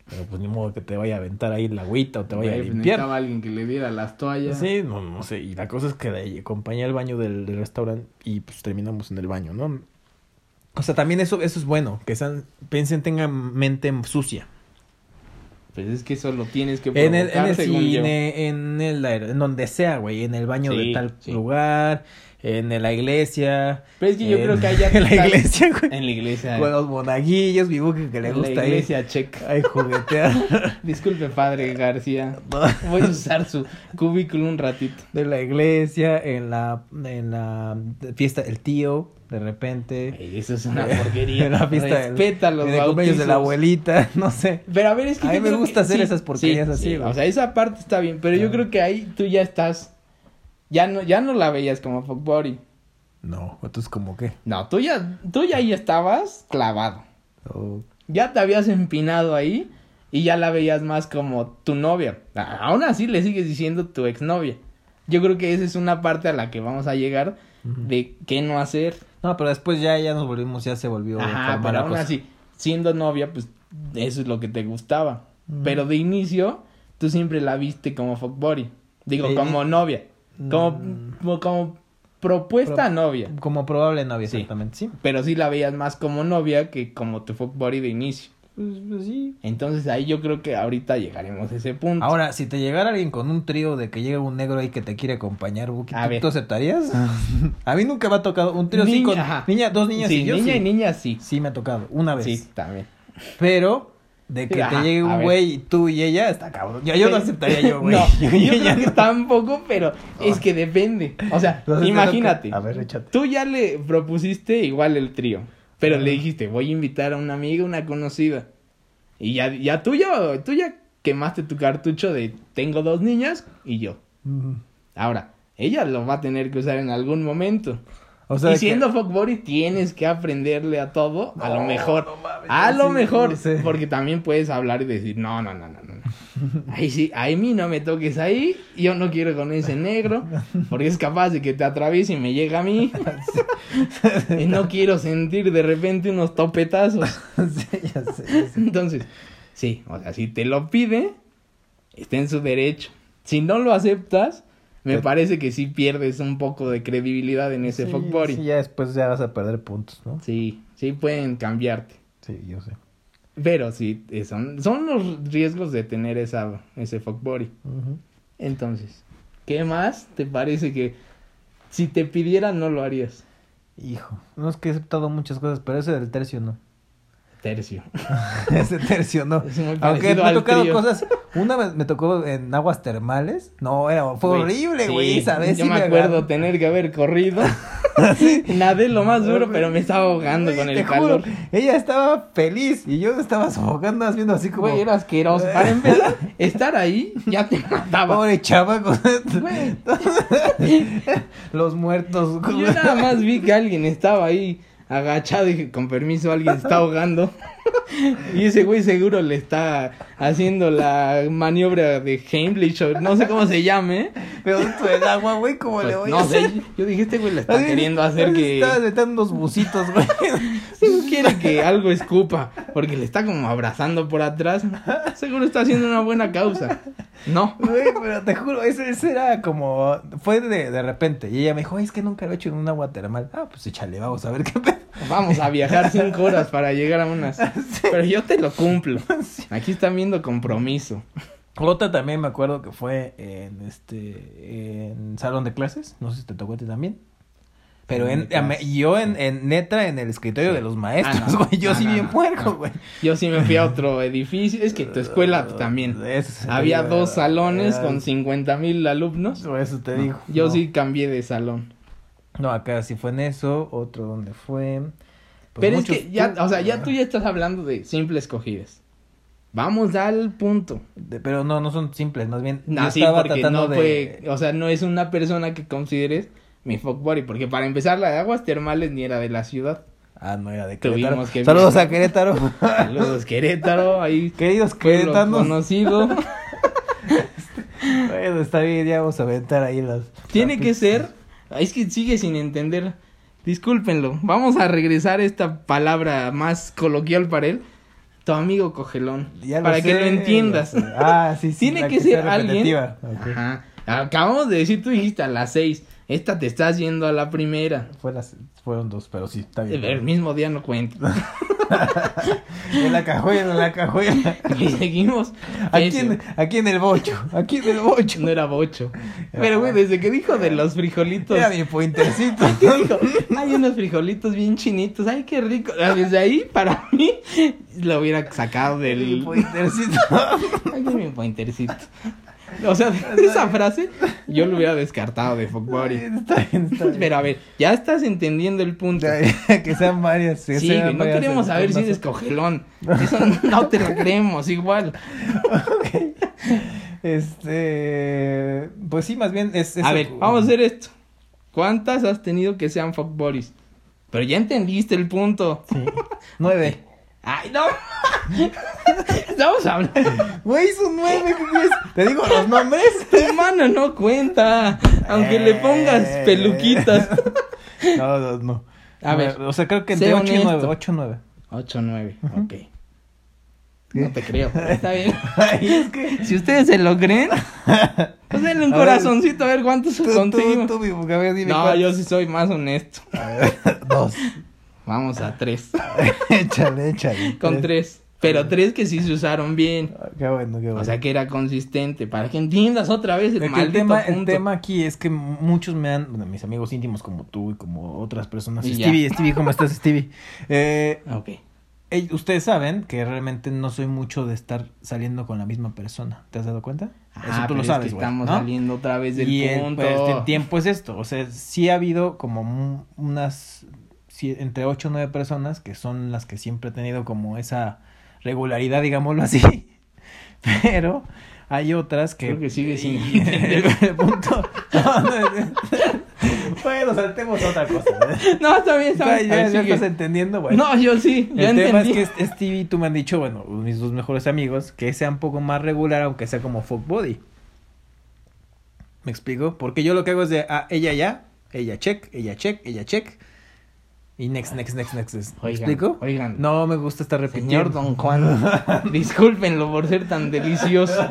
Speaker 1: pero pues ni modo que te vaya a aventar ahí la agüita o te vaya a
Speaker 2: Güey, pues,
Speaker 1: limpiar. Pues
Speaker 2: necesitaba alguien que le diera las toallas.
Speaker 1: Sí, no, no sé. Y la cosa es que de ahí acompañé al baño del, del restaurante y pues terminamos en el baño, ¿no? O sea, también eso, eso es bueno, que sean, piensen, tengan mente sucia.
Speaker 2: Pues es que eso lo tienes que
Speaker 1: En el, en
Speaker 2: provocar,
Speaker 1: el
Speaker 2: según yo.
Speaker 1: cine, en el aer- en donde sea, güey, en el baño de
Speaker 2: Sí,
Speaker 1: tal
Speaker 2: sí.
Speaker 1: lugar, en la iglesia.
Speaker 2: Pero es que yo
Speaker 1: en-
Speaker 2: creo que allá
Speaker 1: en *laughs* la
Speaker 2: estás-
Speaker 1: iglesia, güey.
Speaker 2: *laughs* En la iglesia.
Speaker 1: Con los monaguillos, mi buque que le
Speaker 2: en la
Speaker 1: gusta ahí,
Speaker 2: iglesia
Speaker 1: *laughs*
Speaker 2: checa.
Speaker 1: ahí
Speaker 2: *laughs*
Speaker 1: juguetear
Speaker 2: Disculpe, padre García. Voy a usar su cubículo un ratito.
Speaker 1: de la iglesia, en la, en la fiesta del tío, de repente,
Speaker 2: Ey, Eso
Speaker 1: *laughs*
Speaker 2: es una porquería.
Speaker 1: en la fiesta del-
Speaker 2: Respeta los
Speaker 1: en el cumpleaños de la
Speaker 2: bautizos.
Speaker 1: abuelita, *laughs* no sé.
Speaker 2: Pero a ver, es que
Speaker 1: A mí
Speaker 2: yo
Speaker 1: me
Speaker 2: creo
Speaker 1: gusta
Speaker 2: que-
Speaker 1: hacer esas porquerías así, güey.
Speaker 2: O sea, esa parte está bien, pero yo
Speaker 1: Ah.
Speaker 2: creo que ahí tú ya estás. Ya no, ya no la veías como fuckbody.
Speaker 1: No, entonces como qué.
Speaker 2: No, tú ya, tú ya ahí estabas clavado.
Speaker 1: O-
Speaker 2: Ya te habías empinado ahí y ya la veías más como tu novia. A- Aún así le sigues diciendo tu exnovia. Yo creo que esa es una parte a la que vamos a llegar de qué no hacer.
Speaker 1: No, pero después ya, ya nos volvimos, ya se volvió
Speaker 2: Ajá,
Speaker 1: formal
Speaker 2: pero
Speaker 1: la
Speaker 2: aún
Speaker 1: cosa.
Speaker 2: así, siendo novia, pues eso es lo que te gustaba.
Speaker 1: Mm.
Speaker 2: Pero de inicio, tú siempre la viste como fuckbody. Digo,
Speaker 1: Eh,
Speaker 2: como novia. Como, como, como propuesta
Speaker 1: Mm. Pro-
Speaker 2: novia.
Speaker 1: Como probable novia,
Speaker 2: Sí.
Speaker 1: exactamente, sí.
Speaker 2: Pero sí la veías más como novia que como tu fuckbody de inicio.
Speaker 1: Pues, pues sí.
Speaker 2: Entonces ahí yo creo que ahorita llegaremos a ese punto.
Speaker 1: Ahora, si te llegara alguien con un trío de que llega un negro ahí que te quiere acompañar, Buki,
Speaker 2: A
Speaker 1: ¿tú,
Speaker 2: ver. Ah.
Speaker 1: tú aceptarías? a mí nunca me ha tocado un trío así
Speaker 2: Niña,
Speaker 1: con
Speaker 2: ajá.
Speaker 1: niña, dos niñas
Speaker 2: sí,
Speaker 1: y yo.
Speaker 2: niña
Speaker 1: sí.
Speaker 2: y niña sí.
Speaker 1: Sí me ha tocado, una vez.
Speaker 2: Sí, también.
Speaker 1: Pero de que
Speaker 2: Ajá,
Speaker 1: te llegue
Speaker 2: a
Speaker 1: un
Speaker 2: ver.
Speaker 1: güey y tú y ella, está cabrón. Yo, yo no
Speaker 2: Sí.
Speaker 1: aceptaría *laughs*
Speaker 2: *laughs*
Speaker 1: yo, güey.
Speaker 2: No, yo
Speaker 1: y
Speaker 2: creo
Speaker 1: ella
Speaker 2: que
Speaker 1: no.
Speaker 2: tampoco, pero es que depende. O sea,
Speaker 1: Entonces,
Speaker 2: imagínate.
Speaker 1: A ver, échate.
Speaker 2: Tú ya le propusiste igual el trío, pero le dijiste, voy a invitar a una amiga, una conocida. Y ya, ya tú ya, tú ya quemaste tu cartucho de tengo dos niñas y yo. Ahora, ella lo va a tener que usar en algún momento.
Speaker 1: O sea,
Speaker 2: y
Speaker 1: que-
Speaker 2: siendo fuckbody tienes que aprenderle a todo, a lo
Speaker 1: No,
Speaker 2: mejor.
Speaker 1: no mames,
Speaker 2: a
Speaker 1: ahí
Speaker 2: lo
Speaker 1: sí,
Speaker 2: mejor,
Speaker 1: no sé.
Speaker 2: porque también puedes hablar y decir, no, no, no, no, no. no. Ahí sí, a mí no me toques ahí, yo no quiero con ese negro, porque es capaz de que te atraviese y me llega
Speaker 1: *laughs*
Speaker 2: a mí. y no quiero sentir de repente unos topetazos.
Speaker 1: *laughs* sí, ya sé, ya sé.
Speaker 2: Entonces, sí, o sea, si te lo pide, está en su derecho. Si no lo aceptas, me
Speaker 1: Te-
Speaker 2: parece que sí pierdes un poco de credibilidad en ese
Speaker 1: Sí,
Speaker 2: fuckbody.
Speaker 1: sí, ya después ya vas a perder puntos, ¿no?
Speaker 2: Sí, sí pueden cambiarte.
Speaker 1: Sí, yo sé.
Speaker 2: Pero sí, eh, son, son los riesgos de tener esa, ese fuckbody.
Speaker 1: Ujú.
Speaker 2: Entonces, ¿qué más te parece que si te pidieran no lo harías?
Speaker 1: Hijo, no es que he aceptado muchas cosas, pero ese del tercio no.
Speaker 2: Tercio.
Speaker 1: *laughs* Ese tercio no.
Speaker 2: Es muy
Speaker 1: Aunque
Speaker 2: parecido
Speaker 1: me ha
Speaker 2: al
Speaker 1: tocado
Speaker 2: trío.
Speaker 1: cosas. Una vez me tocó en aguas termales. No, era, fue
Speaker 2: Güey,
Speaker 1: horrible,
Speaker 2: sí,
Speaker 1: güey. ¿Sabes?
Speaker 2: Yo
Speaker 1: Sí
Speaker 2: me acuerdo
Speaker 1: *laughs*
Speaker 2: tener que haber corrido. *laughs* Nadé lo más duro, pero me estaba ahogando
Speaker 1: Güey,
Speaker 2: con
Speaker 1: te
Speaker 2: el
Speaker 1: juro,
Speaker 2: calor.
Speaker 1: Ella estaba feliz y yo estaba sofocando, haciendo así como.
Speaker 2: Güey, era
Speaker 1: *laughs*
Speaker 2: asqueroso. Para empezar, estar ahí ya te mataba.
Speaker 1: Pobre chavaco.
Speaker 2: Güey.
Speaker 1: *laughs* Los muertos.
Speaker 2: Yo nada más vi que alguien estaba ahí agachado y dije, con permiso, alguien se está *laughs* ahogando. y ese güey seguro le está haciendo la maniobra de Heimlich o no sé cómo se llame.
Speaker 1: *laughs* Pero dentro del agua, güey, ¿cómo
Speaker 2: Pues,
Speaker 1: le voy a
Speaker 2: no
Speaker 1: hacer?
Speaker 2: sé, yo dije, este güey le está
Speaker 1: Así,
Speaker 2: queriendo hacer que...
Speaker 1: Estaba metiendo unos bucitos, güey.
Speaker 2: Seguro quiere que algo escupa, porque le está como abrazando por atrás. Seguro está haciendo una buena causa. No.
Speaker 1: Güey, pero te juro, ese, ese era como. Fue de, de repente. Y ella me dijo, "Ay, es que nunca lo he hecho en un agua termal. Ah, pues échale, vamos a ver qué *laughs* pedo.
Speaker 2: Vamos a viajar cinco horas para llegar
Speaker 1: *laughs*
Speaker 2: a unas. Pero yo te lo cumplo. Aquí están viendo compromiso.
Speaker 1: Otra también me acuerdo que fue en este. En salón de clases. No sé si te tocó a ti también. Pero
Speaker 2: Salón
Speaker 1: en,
Speaker 2: de clases,
Speaker 1: a me- yo en, en neta, en el escritorio
Speaker 2: Sí.
Speaker 1: de los maestros,
Speaker 2: Ah, no.
Speaker 1: güey. Yo
Speaker 2: No,
Speaker 1: sí
Speaker 2: no,
Speaker 1: bien
Speaker 2: no,
Speaker 1: puerco,
Speaker 2: no.
Speaker 1: güey.
Speaker 2: Yo sí me fui a otro edificio. Es que tu escuela también.
Speaker 1: *laughs* Eso te
Speaker 2: Había
Speaker 1: digo,
Speaker 2: dos
Speaker 1: era-
Speaker 2: salones
Speaker 1: era-
Speaker 2: con 50 mil alumnos.
Speaker 1: Eso te digo.
Speaker 2: Yo
Speaker 1: no.
Speaker 2: sí cambié de salón.
Speaker 1: No, acá sí fue en eso. Otro donde fue. Pues
Speaker 2: Pero
Speaker 1: muchos eh,
Speaker 2: es que ya,
Speaker 1: tú-
Speaker 2: o sea, ya tú ya estás hablando de simples cogidas. Vamos al punto.
Speaker 1: De- pero no, no son simples, más bien. yo
Speaker 2: No, sí,
Speaker 1: estaba
Speaker 2: porque
Speaker 1: tratando
Speaker 2: no
Speaker 1: de.
Speaker 2: fue, o sea, no es una persona que consideres mi fuckbody, porque para empezar la de aguas termales ni era de
Speaker 1: *laughs*
Speaker 2: la ciudad.
Speaker 1: Ah, no era de
Speaker 2: Tuvimos
Speaker 1: Querétaro.
Speaker 2: que-
Speaker 1: Saludos a Querétaro. *laughs*
Speaker 2: Saludos Querétaro, ahí
Speaker 1: Queridos
Speaker 2: pueblo
Speaker 1: queretanos.
Speaker 2: conocido.
Speaker 1: *laughs* Bueno, está bien, ya vamos a aventar ahí las. pues,
Speaker 2: Tiene que ser Ah, Es que sigue sin entender. Discúlpenlo. Vamos a regresar esta palabra más coloquial para él. Tu amigo cogelón.
Speaker 1: Ya lo
Speaker 2: para que
Speaker 1: sé,
Speaker 2: lo entiendas.
Speaker 1: ya sé. Ah, sí, sí.
Speaker 2: Tiene
Speaker 1: la
Speaker 2: que ser
Speaker 1: sea
Speaker 2: alguien.
Speaker 1: repetitiva. Ok.
Speaker 2: Ajá. Acabamos de decir, tú dijiste a las seis. Esta te estás yendo a la primera.
Speaker 1: Fue las- fueron dos, pero sí, está bien.
Speaker 2: El mismo día no cuenta.
Speaker 1: En la cajuela, en la cajuela.
Speaker 2: *laughs*
Speaker 1: *laughs*
Speaker 2: Y seguimos.
Speaker 1: Aquí
Speaker 2: Ese.
Speaker 1: en, aquí en el bocho, aquí en el bocho.
Speaker 2: No era bocho. Pero, güey, desde que dijo de los frijolitos.
Speaker 1: Era mi puentecito.
Speaker 2: ¿Qué dijo? Hay unos frijolitos bien chinitos. Ay, qué rico. Ah, Desde ahí, para mí, lo hubiera sacado
Speaker 1: Mi
Speaker 2: del.
Speaker 1: puentecito.
Speaker 2: *laughs* Ay, qué mi pointercito. O sea,
Speaker 1: *laughs*
Speaker 2: de esa frase, yo lo hubiera descartado de
Speaker 1: Está
Speaker 2: Fogbody.
Speaker 1: bien, *laughs* está bien, está bien.
Speaker 2: Pero a ver, ya estás entendiendo el punto.
Speaker 1: Ya, *laughs* que sean varias. que
Speaker 2: Sí,
Speaker 1: sean
Speaker 2: güey, no
Speaker 1: varias,
Speaker 2: queremos saber si
Speaker 1: no sé.
Speaker 2: eres cogelón. Eso no te lo
Speaker 1: *laughs*
Speaker 2: creemos, igual.
Speaker 1: Este. Pues sí, más bien es. es-
Speaker 2: A ver, vamos a hacer esto. ¿Cuántas has tenido que sean fuckboys? Pero ya entendiste el punto.
Speaker 1: Sí. *laughs* Nueve.
Speaker 2: Ay, no. *laughs* Estamos hablando.
Speaker 1: Güey, son
Speaker 2: *laughs*
Speaker 1: nueve, ¿qué crees? Te digo los nombres.
Speaker 2: Tu mano no cuenta. Aunque le pongas
Speaker 1: Eh.
Speaker 2: peluquitas.
Speaker 1: *laughs* No, no, no.
Speaker 2: A ver,
Speaker 1: Nueve, O sea, creo que
Speaker 2: sé
Speaker 1: entre ocho y nueve.
Speaker 2: honesto.
Speaker 1: Ocho, nueve.
Speaker 2: 8, 9.
Speaker 1: Ujú.
Speaker 2: Ok. No te creo. pero Está bien.
Speaker 1: *laughs* Ay, es que.
Speaker 2: *laughs* Si ustedes se lo creen, pues denle un
Speaker 1: A ver,
Speaker 2: corazoncito a ver cuántos
Speaker 1: Tú, tú,
Speaker 2: conseguimos.
Speaker 1: tú, mi boca, a ver, dime
Speaker 2: No,
Speaker 1: cuál.
Speaker 2: yo sí soy más honesto.
Speaker 1: A ver, *laughs* dos.
Speaker 2: Vamos a tres.
Speaker 1: échale, échale.
Speaker 2: Con tres. Pero tres que sí se usaron bien.
Speaker 1: Ah, Qué bueno, qué bueno.
Speaker 2: O sea que era consistente. Para que entiendas otra vez
Speaker 1: Es
Speaker 2: el
Speaker 1: que el,
Speaker 2: maldito
Speaker 1: tema, el
Speaker 2: punto.
Speaker 1: tema aquí es que muchos me han, bueno, mis amigos íntimos como tú y como otras personas.
Speaker 2: Y ya.
Speaker 1: Stevie, Stevie, ¿cómo
Speaker 2: *laughs*
Speaker 1: estás, Stevie? Eh,
Speaker 2: Ok.
Speaker 1: ey, ustedes saben que realmente no soy mucho de estar saliendo con la misma persona. ¿Te has dado cuenta?
Speaker 2: Ah, pero es que
Speaker 1: güey,
Speaker 2: estamos
Speaker 1: ¿no?
Speaker 2: saliendo otra vez del
Speaker 1: y el,
Speaker 2: punto.
Speaker 1: pues, el tiempo es esto. O sea, sí ha habido como mu- unas sí, entre ocho o nueve personas que son las que siempre he tenido como esa regularidad, digámoslo así. *laughs* Pero hay otras que.
Speaker 2: Creo que sigue sin
Speaker 1: y- *laughs* el punto. No, no, no. *laughs* bueno, saltemos a otra cosa.
Speaker 2: *laughs*
Speaker 1: ¿eh?
Speaker 2: No, está bien, está
Speaker 1: Ya,
Speaker 2: bien. A ver,
Speaker 1: ya, ya
Speaker 2: sigue.
Speaker 1: estás entendiendo, bueno.
Speaker 2: No, yo sí, ya
Speaker 1: el tema
Speaker 2: entendí.
Speaker 1: es que Stevie y tú me han dicho, bueno, mis dos mejores amigos, que sea un poco más regular, aunque sea como fuck body. ¿Me explico? Porque yo lo que hago es de, ah, ella ya, ella check, ella check, ella check. Y next, next, next, next. next. ¿Me
Speaker 2: Oigan,
Speaker 1: explico?
Speaker 2: oigan.
Speaker 1: No me gusta estar repitiendo.
Speaker 2: Señor Don Juan, *laughs* discúlpenlo por ser tan delicioso.
Speaker 1: *laughs*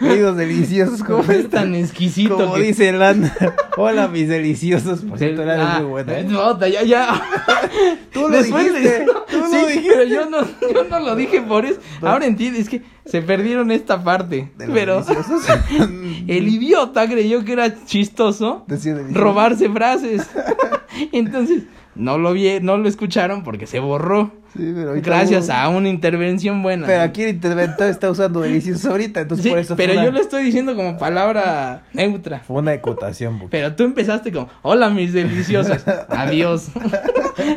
Speaker 1: Amigos deliciosos, ¿cómo
Speaker 2: ¿Cómo es
Speaker 1: están?
Speaker 2: tan exquisito?
Speaker 1: Como
Speaker 2: que-
Speaker 1: dice Landa. *laughs* Hola, mis deliciosos. Por
Speaker 2: Ser-
Speaker 1: cierto, Lana es
Speaker 2: Ah,
Speaker 1: muy buena.
Speaker 2: eh, no, ya, ya.
Speaker 1: *laughs* Tú lo
Speaker 2: Después de-
Speaker 1: dijiste. Tú lo
Speaker 2: Sí,
Speaker 1: dijiste.
Speaker 2: pero yo no, yo no lo dije por eso. Ahora entiendo, es que se perdieron esta parte.
Speaker 1: De los
Speaker 2: pero *laughs*
Speaker 1: deliciosos. *laughs*
Speaker 2: el idiota creyó que era chistoso
Speaker 1: Decía deliciosos.
Speaker 2: robarse frases. *laughs* Entonces, no lo vi, no lo escucharon porque se borró.
Speaker 1: Sí, pero ahorita
Speaker 2: Gracias
Speaker 1: hubo-
Speaker 2: a una intervención buena.
Speaker 1: Pero aquí el interventor está usando deliciosos ahorita, entonces
Speaker 2: Sí,
Speaker 1: por eso. fue
Speaker 2: pero
Speaker 1: una-
Speaker 2: yo lo estoy diciendo como palabra neutra.
Speaker 1: Fue una acotación, porque.
Speaker 2: Pero tú empezaste como, hola
Speaker 1: *laughs*
Speaker 2: mis deliciosos, adiós.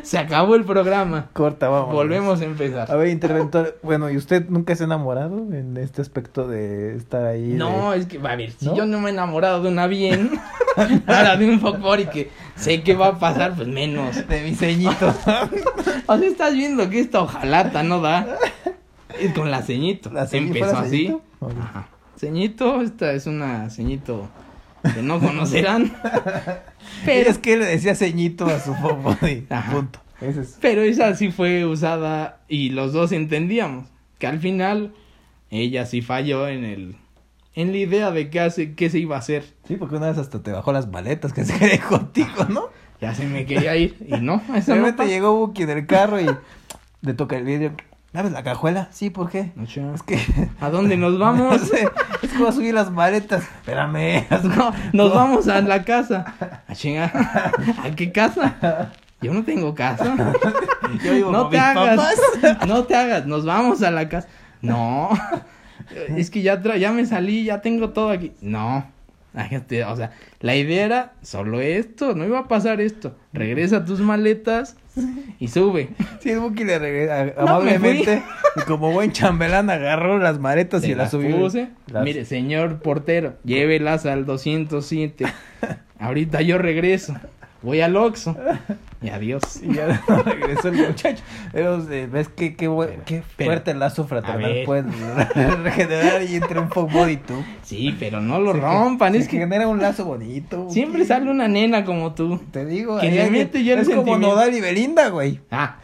Speaker 2: Se acabó el programa.
Speaker 1: Corta, vamos.
Speaker 2: Volvemos a
Speaker 1: A
Speaker 2: empezar.
Speaker 1: ver, interventor. Bueno, ¿y usted nunca se ha enamorado en este aspecto de estar ahí?
Speaker 2: No,
Speaker 1: de-
Speaker 2: es que, a ver, si
Speaker 1: ¿No?
Speaker 2: yo no me he enamorado de una bien, *laughs* ahora de un fuckboy que sé que va a pasar, pues menos.
Speaker 1: De mi
Speaker 2: *laughs*
Speaker 1: ceñito.
Speaker 2: O sea, estás viendo que esta ojalata no da. Y con la ceñito.
Speaker 1: ¿La ceñi-
Speaker 2: Empezó
Speaker 1: fuera
Speaker 2: así.
Speaker 1: ceñito? Ok.
Speaker 2: Ajá. Ceñito, esta es una ceñito que no conocerán. Pero
Speaker 1: Es que le decía ceñito a su popo y
Speaker 2: Ajá.
Speaker 1: punto. Ese es.
Speaker 2: Pero esa sí fue usada y los dos entendíamos que al final ella sí falló en el en la idea de qué hace qué se iba a hacer.
Speaker 1: Sí, porque una vez hasta te bajó las maletas que se quedé *laughs* contigo, ¿no?
Speaker 2: Ya se me quería ir y no, eso no
Speaker 1: Realmente
Speaker 2: pasa.
Speaker 1: llegó Buki en el carro y le toca el vidrio. ¿Sabes la cajuela? Sí, ¿por qué?
Speaker 2: No, chao.
Speaker 1: Es que.
Speaker 2: ¿A dónde nos vamos?
Speaker 1: *laughs* es que voy a subir las maletas. Espérame. *laughs*
Speaker 2: No, nos vamos a la casa. A chingar. ¿A qué casa? Yo no tengo casa.
Speaker 1: Yo vivo
Speaker 2: no
Speaker 1: con
Speaker 2: te
Speaker 1: mis
Speaker 2: hagas. *laughs*
Speaker 1: papás.
Speaker 2: No te hagas. Nos vamos a la casa. No. *laughs* Es que ya, tra- ya me salí, ya tengo todo aquí. No. Ay, este, O sea, la idea era solo esto. No iba a pasar esto. Regresa tus maletas y sube.
Speaker 1: Sí, el Buki le regresa
Speaker 2: No,
Speaker 1: amablemente. y como buen chambelán agarró las maletas
Speaker 2: Se
Speaker 1: y las
Speaker 2: las
Speaker 1: subió.
Speaker 2: puse.
Speaker 1: Las-
Speaker 2: Mire, señor portero, llévelas al 207. Ahorita yo regreso. Voy al Oxxo. Y adiós.
Speaker 1: *laughs* Y ya *laughs* no regresó el muchacho. Pero eh, ves que qué, bu- qué
Speaker 2: pero-
Speaker 1: fuerte lazo
Speaker 2: a
Speaker 1: fraternal
Speaker 2: ver.
Speaker 1: puedes *laughs* regenerar y entre un fuckboy y tú.
Speaker 2: Sí, pero no lo rompan.
Speaker 1: Se
Speaker 2: Es que
Speaker 1: genera un lazo bonito.
Speaker 2: siempre
Speaker 1: ¿qué?
Speaker 2: sale una nena como tú.
Speaker 1: Te digo,
Speaker 2: que
Speaker 1: ahí
Speaker 2: le
Speaker 1: hay-
Speaker 2: mete ya el
Speaker 1: es como
Speaker 2: sentimiento.
Speaker 1: Nodal y Belinda, güey.
Speaker 2: Ah,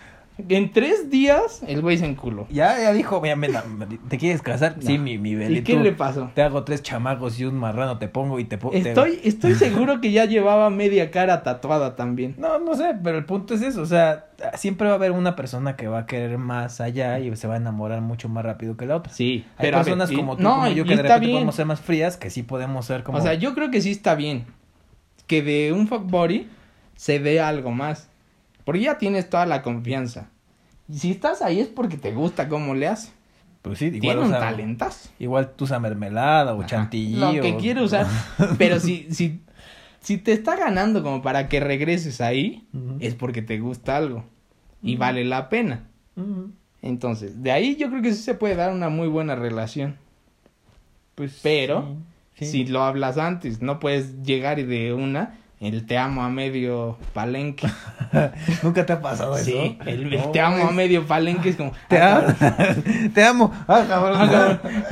Speaker 2: en tres días el güey se enculó.
Speaker 1: Ya, ya dijo, mira, mira, ¿te quieres casar? Sí, mi, mi Beli,
Speaker 2: ¿Y qué
Speaker 1: tú.
Speaker 2: le pasó?
Speaker 1: Te hago tres chamacos y un marrano te pongo y te pongo.
Speaker 2: Estoy, estoy seguro que ya llevaba media cara tatuada también.
Speaker 1: No, no sé, pero el punto es eso, o sea, siempre va a haber una persona que va a querer más allá y se va a enamorar mucho más rápido que la otra.
Speaker 2: Sí,
Speaker 1: Hay
Speaker 2: pero a ver,
Speaker 1: personas
Speaker 2: y-
Speaker 1: como tú,
Speaker 2: no,
Speaker 1: como yo,
Speaker 2: y
Speaker 1: que de
Speaker 2: está
Speaker 1: repente
Speaker 2: bien.
Speaker 1: podemos ser más frías, que sí podemos ser como...
Speaker 2: O sea, yo creo que sí está bien que de un fuckbody se dé algo más. Porque ya tienes toda la confianza. Y si estás ahí es porque te gusta cómo le hace.
Speaker 1: pues sí, igual,
Speaker 2: Tiene
Speaker 1: o
Speaker 2: un
Speaker 1: sea,
Speaker 2: talentazo.
Speaker 1: igual tú usas mermelada o
Speaker 2: Ajá.
Speaker 1: chantilly
Speaker 2: Lo
Speaker 1: o-
Speaker 2: que quiere
Speaker 1: *laughs*
Speaker 2: usar. Pero si, si, si te está ganando como para que regreses ahí,
Speaker 1: Ujú.
Speaker 2: es porque te gusta algo. Y
Speaker 1: Ujú.
Speaker 2: vale la pena.
Speaker 1: Ujú.
Speaker 2: Entonces, de ahí yo creo que sí se puede dar una muy buena relación.
Speaker 1: Pues
Speaker 2: Pero,
Speaker 1: sí, sí. *laughs*
Speaker 2: Si lo hablas antes, no puedes llegar y de una el te amo a medio
Speaker 1: *laughs*
Speaker 2: palenque.
Speaker 1: ¿Nunca te ha pasado eso?
Speaker 2: Sí, el, el
Speaker 1: No,
Speaker 2: te amo a
Speaker 1: güey.
Speaker 2: medio palenque es como.
Speaker 1: *laughs* Te
Speaker 2: ah,
Speaker 1: amo. te amo. Ah, cabrón.
Speaker 2: Ah, cabrón.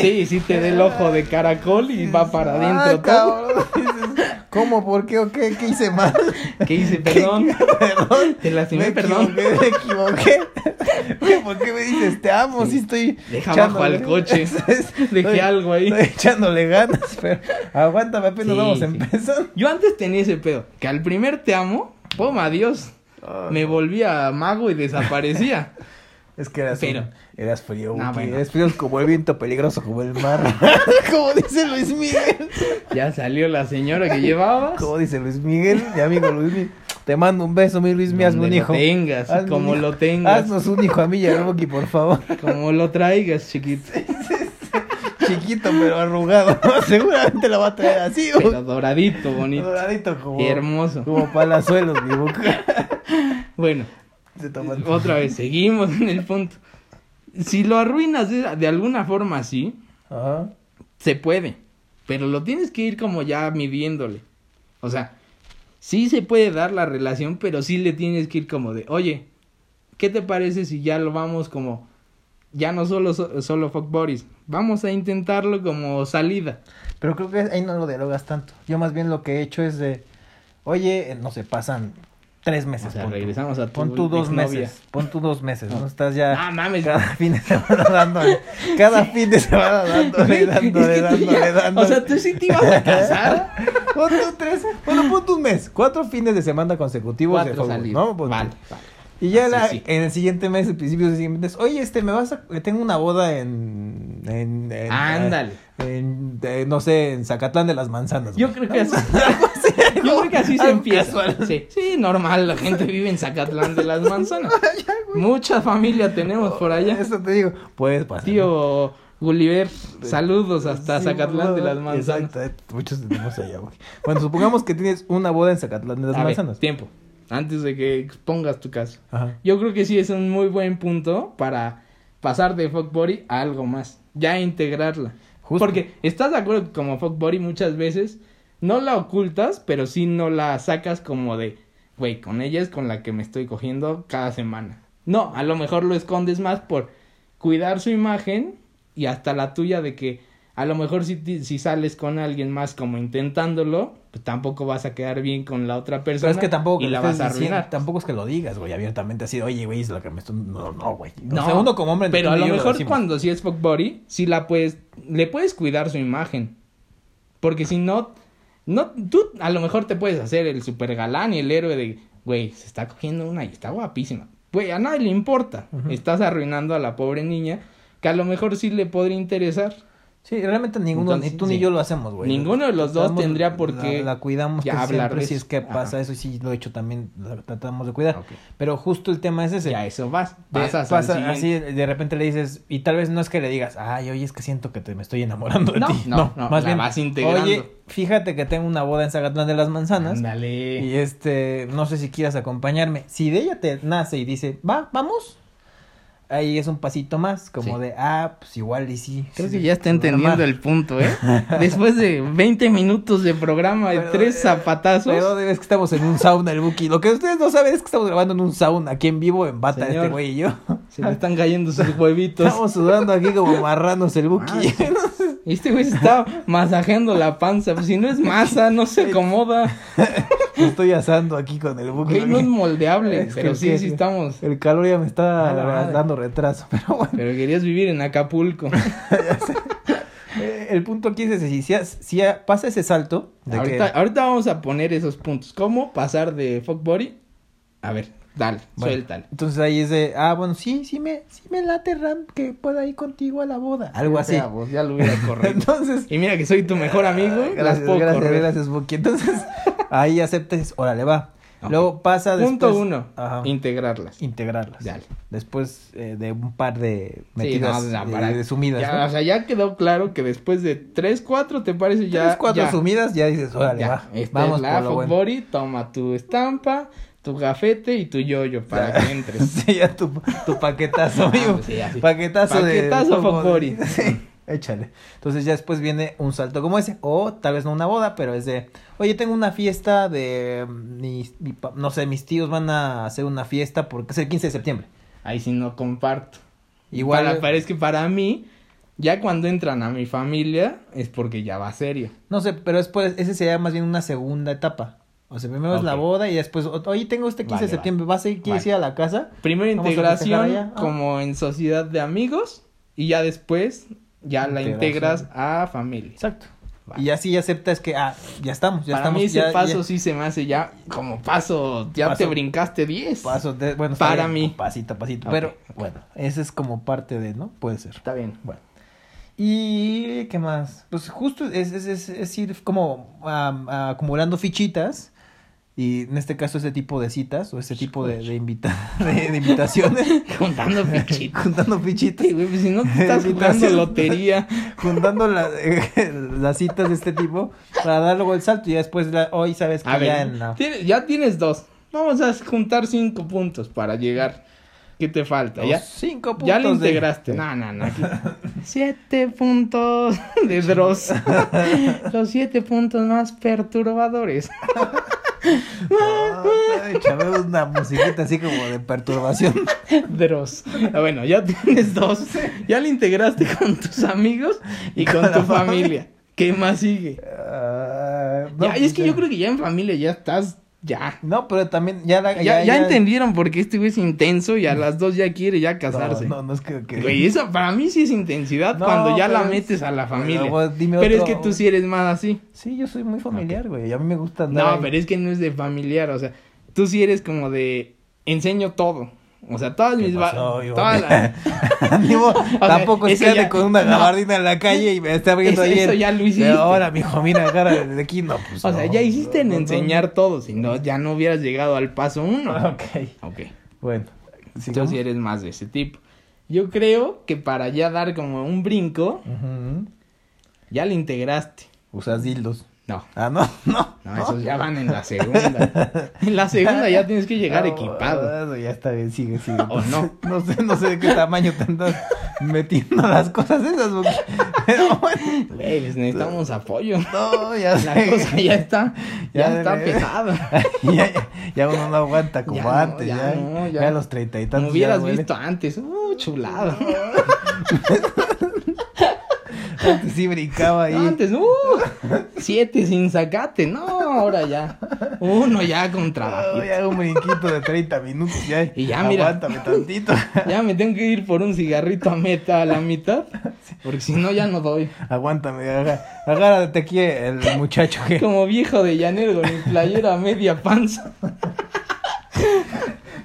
Speaker 2: Sí, sí te da el ojo de caracol y va para adentro todo.
Speaker 1: todo. Ah, ¿Cómo? ¿Por qué? ¿O qué? ¿Qué hice mal?
Speaker 2: *laughs* ¿Qué hice? Perdón.
Speaker 1: *laughs* Perdón.
Speaker 2: Te lastimé,
Speaker 1: me
Speaker 2: perdón.
Speaker 1: equivoqué, *laughs* me equivoqué. ¿Por qué me dices te amo?
Speaker 2: Sí.
Speaker 1: Si estoy.
Speaker 2: Deja abajo
Speaker 1: echándole-
Speaker 2: al coche. Dejé
Speaker 1: *laughs* Estoy-
Speaker 2: algo ahí.
Speaker 1: Estoy echándole ganas, pero aguántame, apenas
Speaker 2: Sí,
Speaker 1: vamos
Speaker 2: sí.
Speaker 1: empezando.
Speaker 2: Yo antes tenía ese pedo, que al primer te amo, pum, adiós. Me volvía mago y desaparecía.
Speaker 1: Es que eras, un-
Speaker 2: Pero-
Speaker 1: eras frío,
Speaker 2: No,
Speaker 1: Wookie.
Speaker 2: bueno.
Speaker 1: Eres frío como el viento, peligroso como el mar. *laughs* como dice Luis Miguel.
Speaker 2: Ya salió la señora
Speaker 1: *laughs*
Speaker 2: que llevabas.
Speaker 1: Como dice Luis Miguel, mi amigo Luis Miguel. Te mando un beso, mi Luis, mi
Speaker 2: Donde
Speaker 1: hazme un
Speaker 2: lo
Speaker 1: hijo.
Speaker 2: tengas,
Speaker 1: Hazme
Speaker 2: como
Speaker 1: un hijo.
Speaker 2: lo tengas.
Speaker 1: Haznos un hijo a mí y a Rocky, por favor.
Speaker 2: Como lo traigas, chiquito.
Speaker 1: Chiquito, pero arrugado. *laughs* Seguramente lo va a traer así, güey.
Speaker 2: Pero doradito, bonito.
Speaker 1: Doradito como.
Speaker 2: Hermoso.
Speaker 1: Como palazuelos, mi
Speaker 2: *laughs*
Speaker 1: boca.
Speaker 2: Bueno,
Speaker 1: Se toman-
Speaker 2: otra vez, seguimos en el punto. Si lo arruinas de, de alguna forma así,
Speaker 1: Ajá.
Speaker 2: se puede. Pero lo tienes que ir como ya midiéndole. O sea, sí se puede dar la relación, pero sí le tienes que ir como de, oye, ¿qué te parece si ya lo vamos como, ya no solo, so- solo fuck buddies, vamos a intentarlo como salida.
Speaker 1: Pero creo que ahí no lo dialogas tanto. Yo más bien lo que he hecho es de. Oye, eh, no sé, pasan tres meses.
Speaker 2: O sea,
Speaker 1: pon tú.
Speaker 2: regresamos a tu
Speaker 1: Pon tú dos
Speaker 2: exnovia.
Speaker 1: meses. Pon tú dos meses. No estás ya.
Speaker 2: Ah, mames.
Speaker 1: Cada *laughs* fin de semana dándole. Cada fin de semana dándole,
Speaker 2: *laughs* Güey, *laughs* es
Speaker 1: dándole,
Speaker 2: que tú
Speaker 1: dándole,
Speaker 2: ya-
Speaker 1: dándole.
Speaker 2: O sea, tú sí te ibas a casar.
Speaker 1: Pon tú tres. Bueno, pon tú un mes. Cuatro fines de semana consecutivos de
Speaker 2: Cuatro
Speaker 1: fútbol,
Speaker 2: salidas.
Speaker 1: ¿no? pues, Pon tú.
Speaker 2: Vale, vale.
Speaker 1: Y ya
Speaker 2: Así
Speaker 1: la-
Speaker 2: Ah, sí.
Speaker 1: en el siguiente mes, al principio del siguiente mes, oye, este, me vas a. eh, Tengo una boda en. en, en-
Speaker 2: Ándale.
Speaker 1: en- eh, no sé, en Zacatlán de las Manzanas.
Speaker 2: Yo
Speaker 1: güey.
Speaker 2: creo que así.
Speaker 1: *laughs*
Speaker 2: *laughs* yo creo que así se
Speaker 1: algo
Speaker 2: empieza.
Speaker 1: casual.
Speaker 2: Sí, sí, normal, la gente vive en Zacatlán de
Speaker 1: *laughs*
Speaker 2: las Manzanas. Mucha familia tenemos por allá.
Speaker 1: Eso te digo, puedes pasar.
Speaker 2: Tío Gulliver, saludos
Speaker 1: ¿no?
Speaker 2: hasta
Speaker 1: Sí,
Speaker 2: Zacatlán de
Speaker 1: boda,
Speaker 2: las Manzanas.
Speaker 1: Exacto, eh, muchos tenemos allá, güey. Bueno, supongamos que tienes una boda en Zacatlán de las
Speaker 2: A ver,
Speaker 1: Manzanas.
Speaker 2: tiempo. Antes de que expongas tu caso.
Speaker 1: Ajá.
Speaker 2: Yo creo que sí es un muy buen punto para pasar de fuckbody a algo más. Ya integrarla.
Speaker 1: Justo.
Speaker 2: Porque estás de acuerdo que como fuckbody muchas veces no la ocultas, pero sí no la sacas como de, güey, con ella es con la que me estoy cogiendo cada semana. No, a lo mejor lo escondes más por cuidar su imagen y hasta la tuya de que a lo mejor si, ti- si sales con alguien más como intentándolo, pues tampoco vas a quedar bien con la otra
Speaker 1: Pero
Speaker 2: persona
Speaker 1: es que tampoco
Speaker 2: y
Speaker 1: que
Speaker 2: la
Speaker 1: lo
Speaker 2: vas
Speaker 1: estés
Speaker 2: a
Speaker 1: diciendo-
Speaker 2: arruinar.
Speaker 1: tampoco es que lo digas, güey, abiertamente así, de, oye, güey, es lo que me estoy... No, no, güey.
Speaker 2: No,
Speaker 1: o sea, uno como hombre...
Speaker 2: Pero
Speaker 1: tú
Speaker 2: a
Speaker 1: y
Speaker 2: lo
Speaker 1: yo
Speaker 2: mejor
Speaker 1: decimos,
Speaker 2: cuando sí es fuckbody, sí la puedes, le puedes cuidar su imagen. Porque si no, no, tú a lo mejor te puedes hacer el super galán y el héroe de, güey, se está cogiendo una y está guapísima. Güey, a nadie le importa.
Speaker 1: Ujú.
Speaker 2: Estás arruinando a la pobre niña que a lo mejor sí le podría interesar.
Speaker 1: Sí, realmente ninguno, ni
Speaker 2: Entonces,
Speaker 1: tú ni
Speaker 2: sí.
Speaker 1: yo lo hacemos, güey.
Speaker 2: Ninguno de los dos tendría por qué
Speaker 1: La, la cuidamos
Speaker 2: ya
Speaker 1: casi
Speaker 2: hablar
Speaker 1: siempre,
Speaker 2: de
Speaker 1: si es
Speaker 2: eso.
Speaker 1: que
Speaker 2: Ajá.
Speaker 1: pasa eso, y sí lo he hecho también, lo tratamos de cuidar.
Speaker 2: Ok.
Speaker 1: Pero justo el tema es ese.
Speaker 2: Ya eso vas.
Speaker 1: De-
Speaker 2: Pasas al
Speaker 1: pasa
Speaker 2: siguiente.
Speaker 1: así, de repente le dices, y tal vez no es que le digas, ay, oye, es que siento que te, me estoy enamorando de
Speaker 2: No,
Speaker 1: ti.
Speaker 2: no, no, la vas integrando.
Speaker 1: Oye, fíjate que tengo una boda en Zagatlán de las Manzanas.
Speaker 2: Ándale.
Speaker 1: Y este, no sé si quieras acompañarme. Si de ella te nace y dice, va, vamos. ahí es un pasito más, como
Speaker 2: Sí.
Speaker 1: de, ah, pues igual y sí.
Speaker 2: Creo
Speaker 1: sí,
Speaker 2: que ya está
Speaker 1: lo van a
Speaker 2: entendiendo
Speaker 1: amar.
Speaker 2: el punto,
Speaker 1: *laughs*
Speaker 2: ¿eh? Después de 20 minutos de programa de
Speaker 1: Pero,
Speaker 2: tres
Speaker 1: eh,
Speaker 2: zapatazos.
Speaker 1: Pero es que estamos en un sauna, el Buki. Lo que ustedes no saben es que estamos grabando en un sauna aquí en vivo, en bata,
Speaker 2: Señor.
Speaker 1: este güey
Speaker 2: *laughs*
Speaker 1: y yo.
Speaker 2: Se le están cayendo sus *laughs* huevitos.
Speaker 1: Estamos sudando aquí como marranos el
Speaker 2: Ah,
Speaker 1: Buki.
Speaker 2: Este güey se está masajeando la panza. Pues si no es masa, no se acomoda.
Speaker 1: *laughs* Me estoy asando aquí con el Buki.
Speaker 2: Güey, no es moldeable.
Speaker 1: Es que
Speaker 2: pero sí,
Speaker 1: sí,
Speaker 2: sí
Speaker 1: sí.
Speaker 2: estamos.
Speaker 1: El calor ya me está
Speaker 2: A la madre.
Speaker 1: dando retraso, *laughs* pero bueno.
Speaker 2: Pero querías vivir en Acapulco.
Speaker 1: Eh, El punto aquí es ese, si, si, si pasa ese salto de
Speaker 2: Ahorita,
Speaker 1: que...
Speaker 2: ahorita vamos a poner esos puntos. ¿Cómo pasar de fuck body? A ver, dale,
Speaker 1: Bueno,
Speaker 2: suéltale.
Speaker 1: Entonces ahí es de, ah, bueno, sí, sí me, sí me late Ram que pueda ir contigo a la boda. Algo así.
Speaker 2: Ya, vos, ya lo *laughs* hubiera corrido.
Speaker 1: *laughs* Entonces,
Speaker 2: y mira que soy tu mejor amigo.
Speaker 1: Ay,
Speaker 2: las
Speaker 1: Ah, Gracias,
Speaker 2: puedo
Speaker 1: gracias,
Speaker 2: correr.
Speaker 1: gracias, Buki. Entonces, ahí aceptes, órale, va.
Speaker 2: Ok.
Speaker 1: Luego pasa después...
Speaker 2: Punto uno,
Speaker 1: Ajá,
Speaker 2: integrarlas.
Speaker 1: integrarlas.
Speaker 2: Dale.
Speaker 1: Después eh, de un par de
Speaker 2: Sí, no,
Speaker 1: metidas,
Speaker 2: o sea,
Speaker 1: eh,
Speaker 2: para-
Speaker 1: de sumidas,
Speaker 2: ya,
Speaker 1: ¿no?
Speaker 2: O sea, ya quedó claro que después de tres, cuatro, ¿te parece ya?
Speaker 1: Tres, cuatro
Speaker 2: ya,
Speaker 1: sumidas, ya dices, órale,
Speaker 2: ya.
Speaker 1: va.
Speaker 2: Esta
Speaker 1: Vamos
Speaker 2: es la
Speaker 1: por lo
Speaker 2: fuck
Speaker 1: bueno.
Speaker 2: body, toma tu estampa, tu gafete y tu yoyo
Speaker 1: *laughs*
Speaker 2: para que entres.
Speaker 1: Sí, ya tu, tu paquetazo,
Speaker 2: *laughs* Ah,
Speaker 1: amigo.
Speaker 2: pues sí, así.
Speaker 1: Paquetazo, de...
Speaker 2: Paquetazo,
Speaker 1: como de-
Speaker 2: Focori.
Speaker 1: *laughs* Sí, échale. Entonces ya después viene un salto como ese, o tal vez no una boda, pero es de, oye, tengo una fiesta de, mm, mis- mi pa- no sé, mis tíos van a hacer una fiesta porque es el 15 de septiembre.
Speaker 2: Ahí sí no comparto.
Speaker 1: Igual,
Speaker 2: Para, para- es que para mí, ya cuando entran a mi familia, es porque ya va serio.
Speaker 1: no sé, pero después, ese sería más bien una segunda etapa. O sea, primero es la
Speaker 2: Ok.
Speaker 1: boda y después, o- oye, tengo este 15
Speaker 2: Vale,
Speaker 1: de septiembre, ¿vas a ir, quieres
Speaker 2: Vale.
Speaker 1: ir a la casa?
Speaker 2: Primero
Speaker 1: Vamos a festejar
Speaker 2: integración
Speaker 1: allá. Ah.
Speaker 2: como en sociedad de amigos y ya después ya la
Speaker 1: Integración.
Speaker 2: integras a familia.
Speaker 1: Exacto.
Speaker 2: Vale.
Speaker 1: Y así ya aceptas que, ah, ya estamos, ya
Speaker 2: para
Speaker 1: estamos.
Speaker 2: mí ese
Speaker 1: ya- ya-
Speaker 2: paso sí se me hace ya como paso, ya
Speaker 1: Paso.
Speaker 2: te brincaste 10.
Speaker 1: Paso, de- bueno, está
Speaker 2: Para
Speaker 1: bien,
Speaker 2: mí.
Speaker 1: Pasito, a pasito.
Speaker 2: Ok,
Speaker 1: Pero
Speaker 2: ok.
Speaker 1: bueno, ese es como parte de, ¿no? Puede ser.
Speaker 2: Está bien. *laughs*
Speaker 1: Bueno. ¿Y qué más? Pues justo es, es, es- es ir como am, acumulando fichitas. Y en este caso, ese tipo de citas o ese tipo de, de, invita- *laughs* de, de invitaciones. *laughs*
Speaker 2: Juntando *laughs* fichitas.
Speaker 1: juntando fichitas.
Speaker 2: Sí, güey, pues si no te
Speaker 1: *laughs*
Speaker 2: estás jugando
Speaker 1: Invitación. *laughs*
Speaker 2: lotería.
Speaker 1: Juntando la- *laughs* las citas de este tipo para dar luego el salto. Y ya después, la- hoy sabes que
Speaker 2: A
Speaker 1: ya
Speaker 2: ver,
Speaker 1: en la-
Speaker 2: tiene- ya tienes dos. Vamos a juntar cinco puntos para llegar. ¿Qué te falta?
Speaker 1: los
Speaker 2: Ya,
Speaker 1: cinco puntos.
Speaker 2: ya lo
Speaker 1: de- *laughs*
Speaker 2: integraste. No, no, no. aquí- Siete puntos *laughs*
Speaker 1: *laughs*
Speaker 2: de Dross. Los siete puntos más perturbadores. *laughs*
Speaker 1: Ay, Échame Ah, una musiquita así como de perturbación.
Speaker 2: Dross. Ah, Bueno, ya tienes dos. Ya lo integraste con tus amigos y con,
Speaker 1: Con
Speaker 2: tu
Speaker 1: la familia.
Speaker 2: familia. ¿Qué más sigue?
Speaker 1: Ah, no,
Speaker 2: Ya, y es
Speaker 1: pues
Speaker 2: que
Speaker 1: ya.
Speaker 2: yo creo que ya en familia ya estás. Ya.
Speaker 1: No, pero también ya la-
Speaker 2: Ya, ya, entendieron por qué este güey es intenso y a las dos ya quiere ya casarse.
Speaker 1: No, no, no es que... que-
Speaker 2: Güey, esa para mí sí es intensidad
Speaker 1: No,
Speaker 2: cuando ya la
Speaker 1: pero es-
Speaker 2: metes a la familia.
Speaker 1: Pero, vos, dime
Speaker 2: pero
Speaker 1: otro-
Speaker 2: es que tú sí eres más así.
Speaker 1: Sí, yo soy muy familiar, güey. A mí me gusta andar
Speaker 2: No,
Speaker 1: ahí. *laughs*
Speaker 2: pero es que no es de familiar, o sea, tú sí eres como de enseño todo. O sea, todas
Speaker 1: ¿Qué
Speaker 2: mis va-
Speaker 1: pasó, Iván?
Speaker 2: todas
Speaker 1: *laughs*
Speaker 2: las-
Speaker 1: Ni modo,
Speaker 2: sea,
Speaker 1: tampoco es
Speaker 2: eso
Speaker 1: que ande
Speaker 2: ya-
Speaker 1: con una
Speaker 2: no.
Speaker 1: gabardina en la calle y me está viendo
Speaker 2: Eso-
Speaker 1: ahí.
Speaker 2: eso
Speaker 1: el-
Speaker 2: ya lo
Speaker 1: Pero
Speaker 2: hiciste.
Speaker 1: ahora, mijo, mira, cara, desde aquí no, pues
Speaker 2: *laughs* O sea,
Speaker 1: no,
Speaker 2: ya hiciste en
Speaker 1: no, no,
Speaker 2: enseñar todo, si no ya no hubieras llegado al paso
Speaker 1: no.
Speaker 2: uno.
Speaker 1: Ah, Ok,
Speaker 2: Ok.
Speaker 1: bueno.
Speaker 2: Tú
Speaker 1: sigamos.
Speaker 2: sí eres más de ese tipo. Yo creo que para ya dar como un brinco,
Speaker 1: Ujú.
Speaker 2: ya le integraste.
Speaker 1: Usas dildos.
Speaker 2: No.
Speaker 1: Ah, no, *laughs* no.
Speaker 2: No, esos ya van en la segunda. En la segunda ya tienes que llegar
Speaker 1: Ah,
Speaker 2: equipado.
Speaker 1: ah, eso ya está bien, sigue, sigue.
Speaker 2: ¿O no?
Speaker 1: *laughs* No sé, no sé de qué tamaño te andas metiendo las cosas esas, porque... *laughs* Pero bueno,
Speaker 2: Güey, les necesitamos apoyo.
Speaker 1: no, ya *laughs*
Speaker 2: La
Speaker 1: sé.
Speaker 2: cosa ya está, ya,
Speaker 1: Ya
Speaker 2: está
Speaker 1: de-
Speaker 2: pesada.
Speaker 1: ya, ya- ya uno no aguanta como
Speaker 2: Ya no,
Speaker 1: antes,
Speaker 2: ya
Speaker 1: ya,
Speaker 2: no,
Speaker 1: ya,
Speaker 2: ya.
Speaker 1: a los treinta y
Speaker 2: Como
Speaker 1: tantos.
Speaker 2: hubieras
Speaker 1: ya duele.
Speaker 2: visto antes, uh, chulada.
Speaker 1: Antes sí brincaba ahí.
Speaker 2: Antes, uh, siete sin sacate, no, ahora ya. Uno ya con trabajo.
Speaker 1: Oh, ya un brinquito de 30 minutos, ya.
Speaker 2: Y ya, mira.
Speaker 1: Aguántame tantito. *laughs*
Speaker 2: Ya me tengo que ir por un cigarrito a meta a la mitad, porque si no ya no doy.
Speaker 1: Aguántame, aga- agárrate aquí el muchacho que...
Speaker 2: Como viejo de llanero con mi playera a media panza.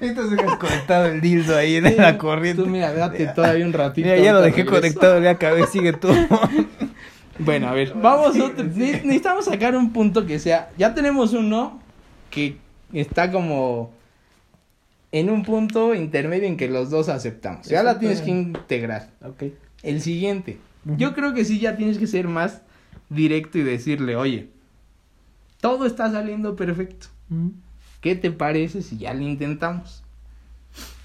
Speaker 1: Esto se desconectado el dildo ahí en la corriente.
Speaker 2: Tú mira, date todavía un ratito.
Speaker 1: Mira, ya lo
Speaker 2: ahorita
Speaker 1: dejé
Speaker 2: regreso.
Speaker 1: conectado, ya acabé, sigue
Speaker 2: *laughs*
Speaker 1: tú.
Speaker 2: Bueno, a ver, vamos otro. ne- Necesitamos sacar un punto que sea. Ya tenemos uno que está como en un punto intermedio en que los dos aceptamos. Ya la tienes que integrar.
Speaker 1: ok.
Speaker 2: El siguiente. Yo creo que sí ya tienes que ser más directo y decirle, oye, todo está saliendo perfecto. ¿Qué te parece si ya lo intentamos?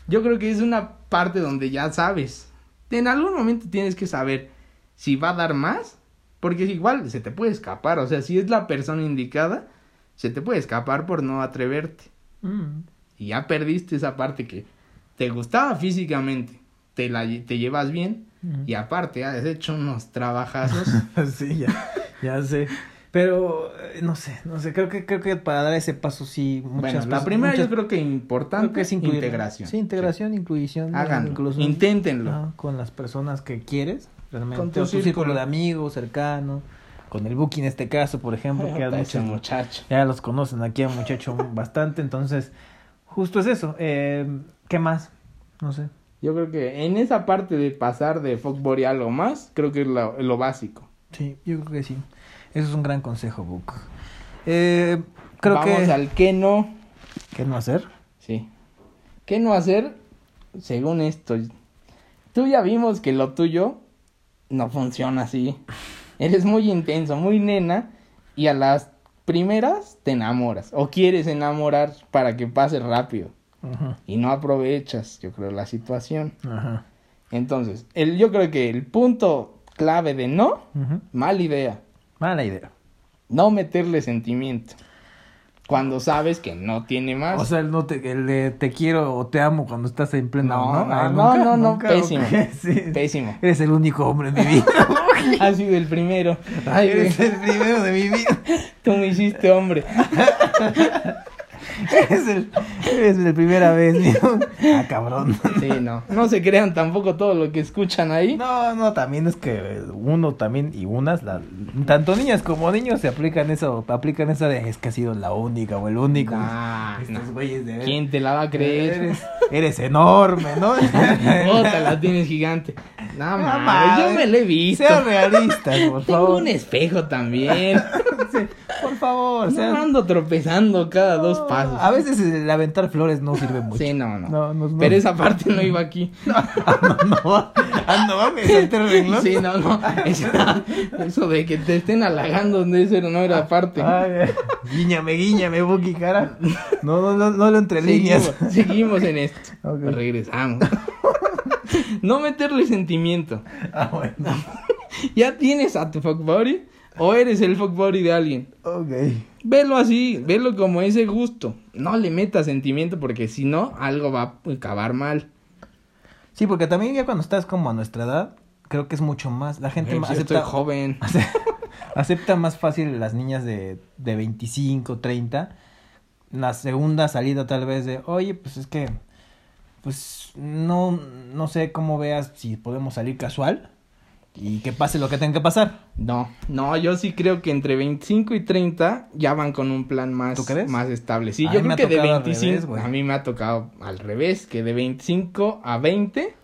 Speaker 2: yo creo que es una parte donde ya sabes. En algún momento tienes que saber si va a dar más, porque igual se te puede escapar, o sea, si es la persona indicada, se te puede escapar por no atreverte.
Speaker 1: Mm.
Speaker 2: Y ya perdiste esa parte que te gustaba físicamente, te, la, lle- te llevas bien,
Speaker 1: Ujú.
Speaker 2: y aparte has hecho unos trabajazos.
Speaker 1: *laughs* sí, ya, ya sé. Pero eh, no sé, no sé, creo que creo que para dar ese paso sí
Speaker 2: bueno,
Speaker 1: muchas
Speaker 2: la
Speaker 1: pers-
Speaker 2: primera
Speaker 1: muchas-
Speaker 2: yo creo que importante
Speaker 1: creo que es incluir-
Speaker 2: integración.
Speaker 1: Sí, integración, inclusión,
Speaker 2: Háganlo,
Speaker 1: incluso
Speaker 2: inténtenlo.
Speaker 1: Ajá, con las personas que quieres, realmente
Speaker 2: Con
Speaker 1: con
Speaker 2: tu
Speaker 1: tu,
Speaker 2: círculo.
Speaker 1: círculo de amigos cercano, con el Buki en este caso, por ejemplo, que
Speaker 2: Puta,
Speaker 1: has
Speaker 2: ese
Speaker 1: muchos-
Speaker 2: muchacho.
Speaker 1: ya los conocen aquí a un muchacho bastante, entonces justo es eso. eh, ¿Qué más? No sé.
Speaker 2: Yo creo que en esa parte de pasar de fuckboy a algo más, creo que es lo, lo básico.
Speaker 1: Sí, yo creo que sí. Eso es un gran consejo, Book. Eh, creo
Speaker 2: Vamos
Speaker 1: que
Speaker 2: al que no.
Speaker 1: ¿qué no hacer?
Speaker 2: Sí. ¿Qué no hacer según esto? Tú ya vimos que lo tuyo no funciona así. Eres muy intenso, muy nena y a las primeras te enamoras o quieres enamorar para que pase rápido
Speaker 1: Ajá.
Speaker 2: y no aprovechas, yo creo, la situación.
Speaker 1: Ajá.
Speaker 2: Entonces, el, yo creo que el punto clave de no,
Speaker 1: Ujú.
Speaker 2: mala idea.
Speaker 1: Mala idea.
Speaker 2: No meterle sentimiento. Cuando sabes que no tiene más.
Speaker 1: O sea, el, no te, el de te quiero o te amo cuando estás en pleno. No,
Speaker 2: No, no,
Speaker 1: Ay,
Speaker 2: no,
Speaker 1: nunca,
Speaker 2: no, no,
Speaker 1: nunca,
Speaker 2: pésimo.
Speaker 1: ok, *laughs* sí.
Speaker 2: Pésimo.
Speaker 1: Eres el único hombre en mi vida.
Speaker 2: Ha sido el primero. *laughs* Ay, güey,
Speaker 1: Eres el primero de mi vida. *laughs*
Speaker 2: tú me hiciste hombre.
Speaker 1: Eres, el, eres la primera vez, *laughs* mijo. Ah, cabrón.
Speaker 2: Sí, no. No se crean tampoco todo lo que escuchan ahí.
Speaker 1: No, no, también es que uno también y unas, la- tanto niñas como niños se aplican eso, aplican esa de es que has sido la única o el único.
Speaker 2: Nah,
Speaker 1: Estos
Speaker 2: no.
Speaker 1: güeyes de
Speaker 2: ¿Quién te la va a creer?
Speaker 1: Eres, eres enorme, ¿no?
Speaker 2: *laughs* Otra la tienes gigante.
Speaker 1: *laughs* No,
Speaker 2: No, mames, yo
Speaker 1: mames.
Speaker 2: me la he visto.
Speaker 1: Sean realistas, por
Speaker 2: *laughs* Tengo
Speaker 1: favor. *laughs*
Speaker 2: un espejo también.
Speaker 1: Por favor, sean-
Speaker 2: No ando tropezando cada dos
Speaker 1: Ah.
Speaker 2: pasos.
Speaker 1: A veces el aventar flores no sirve mucho.
Speaker 2: Sí, no, no.
Speaker 1: No, no, no.
Speaker 2: Pero esa parte no iba aquí.
Speaker 1: *laughs* Ah, no, no. Ah, no mames, salté el renglón.
Speaker 2: Sí,
Speaker 1: *laughs*
Speaker 2: no, no. Eso, eso de que te estén halagando de eso no era
Speaker 1: Ah,
Speaker 2: parte.
Speaker 1: Ay, guíñame, guíñame, Buki,
Speaker 2: *laughs*
Speaker 1: cara. No, no, no, no lo entre líneas.
Speaker 2: Seguimos, *laughs* seguimos en esto.
Speaker 1: Ok.
Speaker 2: Regresamos. *laughs* No meterle sentimiento.
Speaker 1: *laughs* Ah, bueno.
Speaker 2: Ya tienes a tu fuckbody o eres el fuckbody de alguien.
Speaker 1: Ok.
Speaker 2: Velo así, velo como ese gusto. No le metas sentimiento porque si no, algo va a acabar mal.
Speaker 1: Sí, porque también ya cuando estás como a nuestra edad, creo que es mucho más. La gente
Speaker 2: Yo
Speaker 1: más
Speaker 2: estoy
Speaker 1: acepta,
Speaker 2: joven.
Speaker 1: ace- acepta más fácil las niñas de, de 25, 30. La segunda salida tal vez de, oye, pues es que, pues no, no sé cómo veas si podemos salir casual y que pase lo que tenga que pasar.
Speaker 2: No, no, yo sí creo que entre 25 y 30 ya van con un plan más,
Speaker 1: ¿Tú crees?
Speaker 2: más estable. Sí,
Speaker 1: A
Speaker 2: yo
Speaker 1: mí me
Speaker 2: creo
Speaker 1: ha
Speaker 2: que de
Speaker 1: tocado al
Speaker 2: 25,
Speaker 1: revés, güey.
Speaker 2: a mí me ha tocado al revés, que de 25 a 20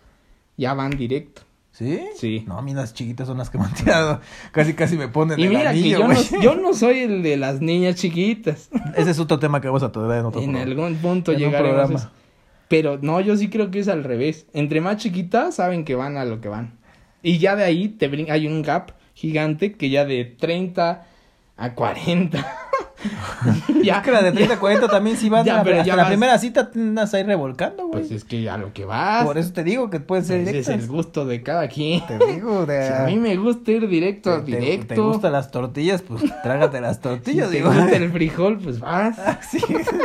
Speaker 2: ya van directo.
Speaker 1: ¿Sí?
Speaker 2: Sí.
Speaker 1: No, a mí las chiquitas son las que me han tirado. *laughs* Casi, casi me ponen
Speaker 2: Y
Speaker 1: el
Speaker 2: mira que
Speaker 1: anillo,
Speaker 2: yo no,
Speaker 1: güey.
Speaker 2: *laughs* yo no soy el de las niñas chiquitas.
Speaker 1: *laughs* Ese es otro tema que vamos a tratar en otro
Speaker 2: en
Speaker 1: programa.
Speaker 2: algún punto
Speaker 1: En un
Speaker 2: llegaremos. a
Speaker 1: programa.
Speaker 2: eso. Pero no, yo sí creo que es al revés. Entre más chiquitas saben que van a lo que van. Y ya de ahí te brin- hay un gap gigante que ya de 30 a
Speaker 1: *laughs*
Speaker 2: 40. ya,
Speaker 1: Es Ah, que la de
Speaker 2: *laughs* ya-
Speaker 1: 30 a 40 también si vas
Speaker 2: Ya,
Speaker 1: a la,
Speaker 2: pero
Speaker 1: hasta
Speaker 2: ya
Speaker 1: la
Speaker 2: vas-
Speaker 1: primera cita te andas ahí revolcando, güey.
Speaker 2: Pues es que a lo que vas.
Speaker 1: Por eso te digo que pueden ser
Speaker 2: ese es el
Speaker 1: directas.
Speaker 2: gusto de cada quien.
Speaker 1: Te digo, de...
Speaker 2: Si a mí me gusta ir directo a
Speaker 1: te- te-
Speaker 2: directo.
Speaker 1: Te, gustan las tortillas, pues trágate las
Speaker 2: si
Speaker 1: tortillas,
Speaker 2: te
Speaker 1: digo. Ah, *laughs*
Speaker 2: gusta el frijol, pues vas.
Speaker 1: Sí.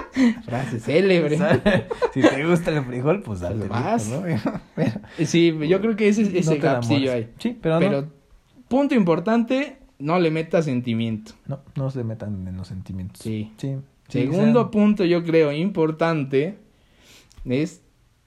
Speaker 1: *laughs*
Speaker 2: Frase célebre.
Speaker 1: ¿Sale? Si te gusta el frijol, pues dale.
Speaker 2: Vas.
Speaker 1: ¿no? *laughs* Pero
Speaker 2: Sí, yo creo que ese es
Speaker 1: no
Speaker 2: ese
Speaker 1: te
Speaker 2: gapsillo
Speaker 1: enamores.
Speaker 2: ahí.
Speaker 1: Sí, pero,
Speaker 2: Pero, punto importante, no le metas sentimiento.
Speaker 1: no, no. No se metan en los sentimientos.
Speaker 2: Sí.
Speaker 1: Sí. sí,
Speaker 2: Segundo
Speaker 1: sean-
Speaker 2: punto, yo creo, importante, es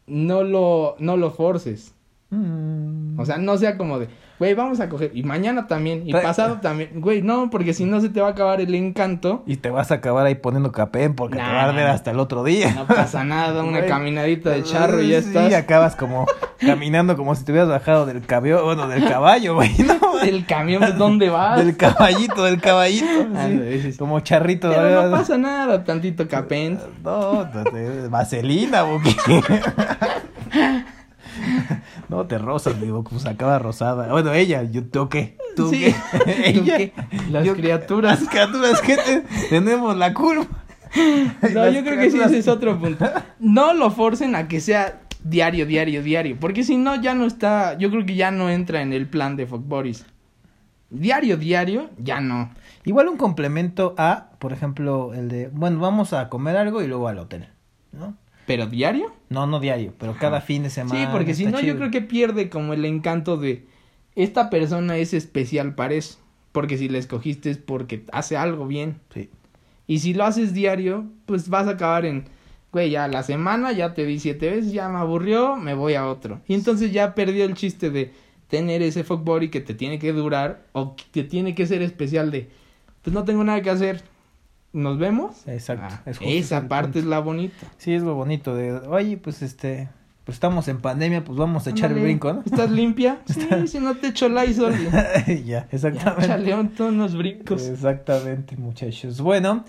Speaker 2: no lo, no lo forces.
Speaker 1: Mm.
Speaker 2: O sea, no sea como de, güey, vamos a coger. Y mañana también, y
Speaker 1: Pero-
Speaker 2: pasado también. Güey, no, porque si no se te va a acabar el encanto.
Speaker 1: Y te vas a acabar ahí poniendo capén porque
Speaker 2: Nah,
Speaker 1: te va a arder
Speaker 2: nah, nah.
Speaker 1: hasta el otro día.
Speaker 2: No pasa nada, una
Speaker 1: Güey.
Speaker 2: caminadita de charro y ya
Speaker 1: Sí,
Speaker 2: estás.
Speaker 1: acabas como caminando como si te hubieras bajado del cabello, bueno, del caballo, güey, ¿no? *laughs*
Speaker 2: El camión, ¿pues ¿dónde vas?
Speaker 1: Del caballito, del caballito.
Speaker 2: Ah,
Speaker 1: Ah. sí.
Speaker 2: sí, sí.
Speaker 1: Como charrito.
Speaker 2: Pero no
Speaker 1: ¿verdad?
Speaker 2: pasa nada, tantito capén.
Speaker 1: No, no te- vaselina, Buki. *laughs* No, te rozas, digo, pues acaba rosada. Bueno, ella, yo, ¿tú qué? *laughs* ¿Tú
Speaker 2: Sí, ¿tú
Speaker 1: qué? Ella.
Speaker 2: qué? Las
Speaker 1: Yo-
Speaker 2: criaturas.
Speaker 1: Las criaturas que te- tenemos la culpa.
Speaker 2: No, yo creo que sí, ese es otro punto. No lo forcen a que sea diario, diario, diario. Porque si no, ya no está, yo creo que ya no entra en el plan de Fuck Boris. Diario, diario, ya no.
Speaker 1: Igual un complemento a, por ejemplo, el de, bueno, vamos a comer algo y luego al hotel, ¿no?
Speaker 2: Pero diario.
Speaker 1: No, no diario, pero cada fin de semana.
Speaker 2: sí, porque si
Speaker 1: está
Speaker 2: no,
Speaker 1: chido.
Speaker 2: yo creo que pierde como el encanto de esta persona es especial para eso. Porque si la escogiste es porque hace algo bien.
Speaker 1: Sí.
Speaker 2: Y si lo haces diario, pues vas a acabar en, güey, ya la semana ya te vi siete veces, ya me aburrió, me voy a otro. Y entonces ya perdió el chiste de tener ese fuck body que te tiene que durar o que te tiene que ser especial de, pues no tengo nada que hacer, nos vemos.
Speaker 1: Exacto.
Speaker 2: Ah,
Speaker 1: es justo
Speaker 2: esa
Speaker 1: el
Speaker 2: parte
Speaker 1: punto.
Speaker 2: es la bonita.
Speaker 1: Sí, es lo bonito de, oye, pues este, pues estamos en pandemia, pues vamos a echar el
Speaker 2: Ándale,
Speaker 1: brinco, ¿no? *laughs*
Speaker 2: ¿Estás limpia? Sí, si no te echo Lysol. ya,
Speaker 1: ya, exactamente.
Speaker 2: Échale un- todos unos brincos.
Speaker 1: Exactamente, muchachos. Bueno,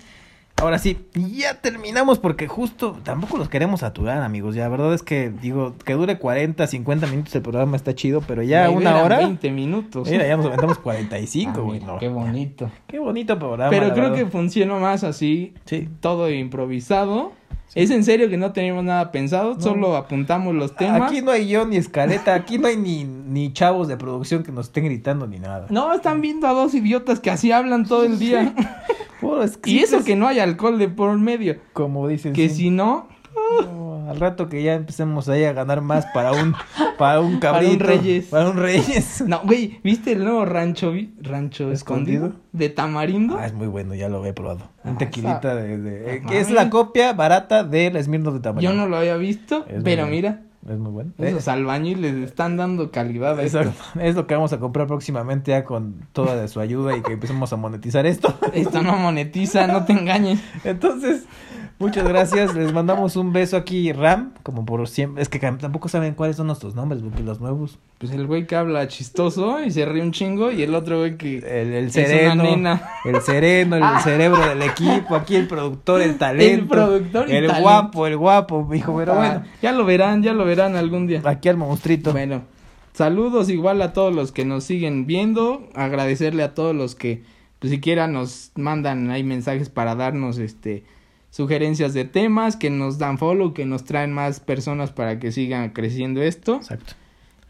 Speaker 1: ahora sí, ya terminamos porque justo tampoco los queremos saturar, amigos. Ya, la verdad es que, digo, que dure 40, 50 minutos el programa está chido, pero ya
Speaker 2: Me
Speaker 1: una
Speaker 2: duran
Speaker 1: hora.
Speaker 2: 20 minutos.
Speaker 1: Mira, ya nos aventamos
Speaker 2: Ah,
Speaker 1: 45, güey.
Speaker 2: mira,
Speaker 1: no.
Speaker 2: Qué bonito.
Speaker 1: Qué bonito programa.
Speaker 2: Pero
Speaker 1: la
Speaker 2: creo que
Speaker 1: verdad.
Speaker 2: funciona más así
Speaker 1: Sí.
Speaker 2: todo improvisado.
Speaker 1: Sí.
Speaker 2: Es en serio que no tenemos nada pensado,
Speaker 1: No.
Speaker 2: solo apuntamos los temas.
Speaker 1: Aquí no hay yo ni escaleta, aquí no hay ni, ni chavos de producción que nos estén gritando ni nada.
Speaker 2: No, están viendo a dos idiotas que así hablan todo el día.
Speaker 1: Puro es-
Speaker 2: *laughs* Y eso que no hay alcohol de por medio.
Speaker 1: Pues, Como dicen.
Speaker 2: Que
Speaker 1: sí.
Speaker 2: si no,
Speaker 1: No, al rato que ya empecemos ahí a ganar más para un para un cabrito.
Speaker 2: Para un Reyes.
Speaker 1: Para un
Speaker 2: *laughs*
Speaker 1: Reyes.
Speaker 2: no, güey, ¿viste el nuevo rancho vi- rancho escondido,
Speaker 1: ¿Escondido?
Speaker 2: de Tamarindo?
Speaker 1: Ah, es muy bueno, ya lo he probado.
Speaker 2: Ah,
Speaker 1: Un tequilita de, de- eh,
Speaker 2: no
Speaker 1: que es
Speaker 2: mames.
Speaker 1: la copia barata del Esmirno de Tamarindo.
Speaker 2: Yo no lo había visto,
Speaker 1: Es
Speaker 2: pero
Speaker 1: muy bueno.
Speaker 2: mira,
Speaker 1: Es muy bueno. Eh,
Speaker 2: esos albañiles están dando calidad a esto.
Speaker 1: exacto. *laughs* Es lo que vamos a comprar próximamente ya con toda de su ayuda y que empecemos a monetizar esto.
Speaker 2: *laughs* Esto no monetiza, no te engañes.
Speaker 1: Entonces, muchas gracias. Les mandamos un beso aquí, Ram, como por siempre. Es que cam- tampoco saben cuáles son nuestros nombres, porque los nuevos.
Speaker 2: Pues el güey que habla chistoso y se ríe un chingo y el otro güey que
Speaker 1: El, el
Speaker 2: Es una
Speaker 1: sereno.
Speaker 2: nena. Ah.
Speaker 1: El sereno, el cerebro del equipo. Aquí el productor, el talento.
Speaker 2: productor y
Speaker 1: El
Speaker 2: talento.
Speaker 1: guapo, el guapo, hijo. Pero
Speaker 2: Ah,
Speaker 1: bueno,
Speaker 2: Ya lo verán, ya lo verán algún día.
Speaker 1: aquí al monstruito.
Speaker 2: Bueno, saludos igual a todos los que nos siguen viendo. Agradecerle a todos los que, pues siquiera nos mandan ahí mensajes para darnos este sugerencias de temas, que nos dan follow, que nos traen más personas para que sigan creciendo esto.
Speaker 1: Exacto.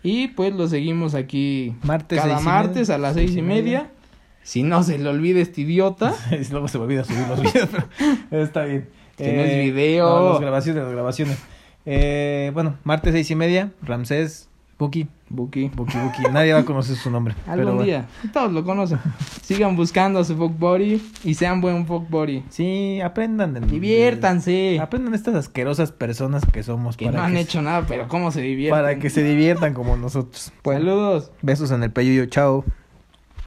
Speaker 2: Y pues lo seguimos aquí
Speaker 1: Martes,
Speaker 2: cada
Speaker 1: seis y
Speaker 2: martes
Speaker 1: media. *laughs*
Speaker 2: a las seis y media. Si no se le olvida este *laughs* idiota.
Speaker 1: Y Luego se me olvida subir los videos. pero *laughs* Está bien. Eh,
Speaker 2: Que no es video.
Speaker 1: no, las grabaciones, las grabaciones. Eh, bueno, martes seis y media, Ramsés, Buki,
Speaker 2: Buki.
Speaker 1: Buki, Buki. Nadie va a conocer su nombre.
Speaker 2: Algún
Speaker 1: pero bueno.
Speaker 2: día. Todos lo conocen. Sigan buscando a su fuck body y sean buen fuck body.
Speaker 1: Sí, aprendan. del-
Speaker 2: Diviértanse.
Speaker 1: Aprendan de estas asquerosas personas que somos.
Speaker 2: Ah, Que no han
Speaker 1: que-
Speaker 2: hecho nada, pero cómo se divierten.
Speaker 1: Para que se diviertan como nosotros.
Speaker 2: Saludos.
Speaker 1: Besos en el pelluyo, chao.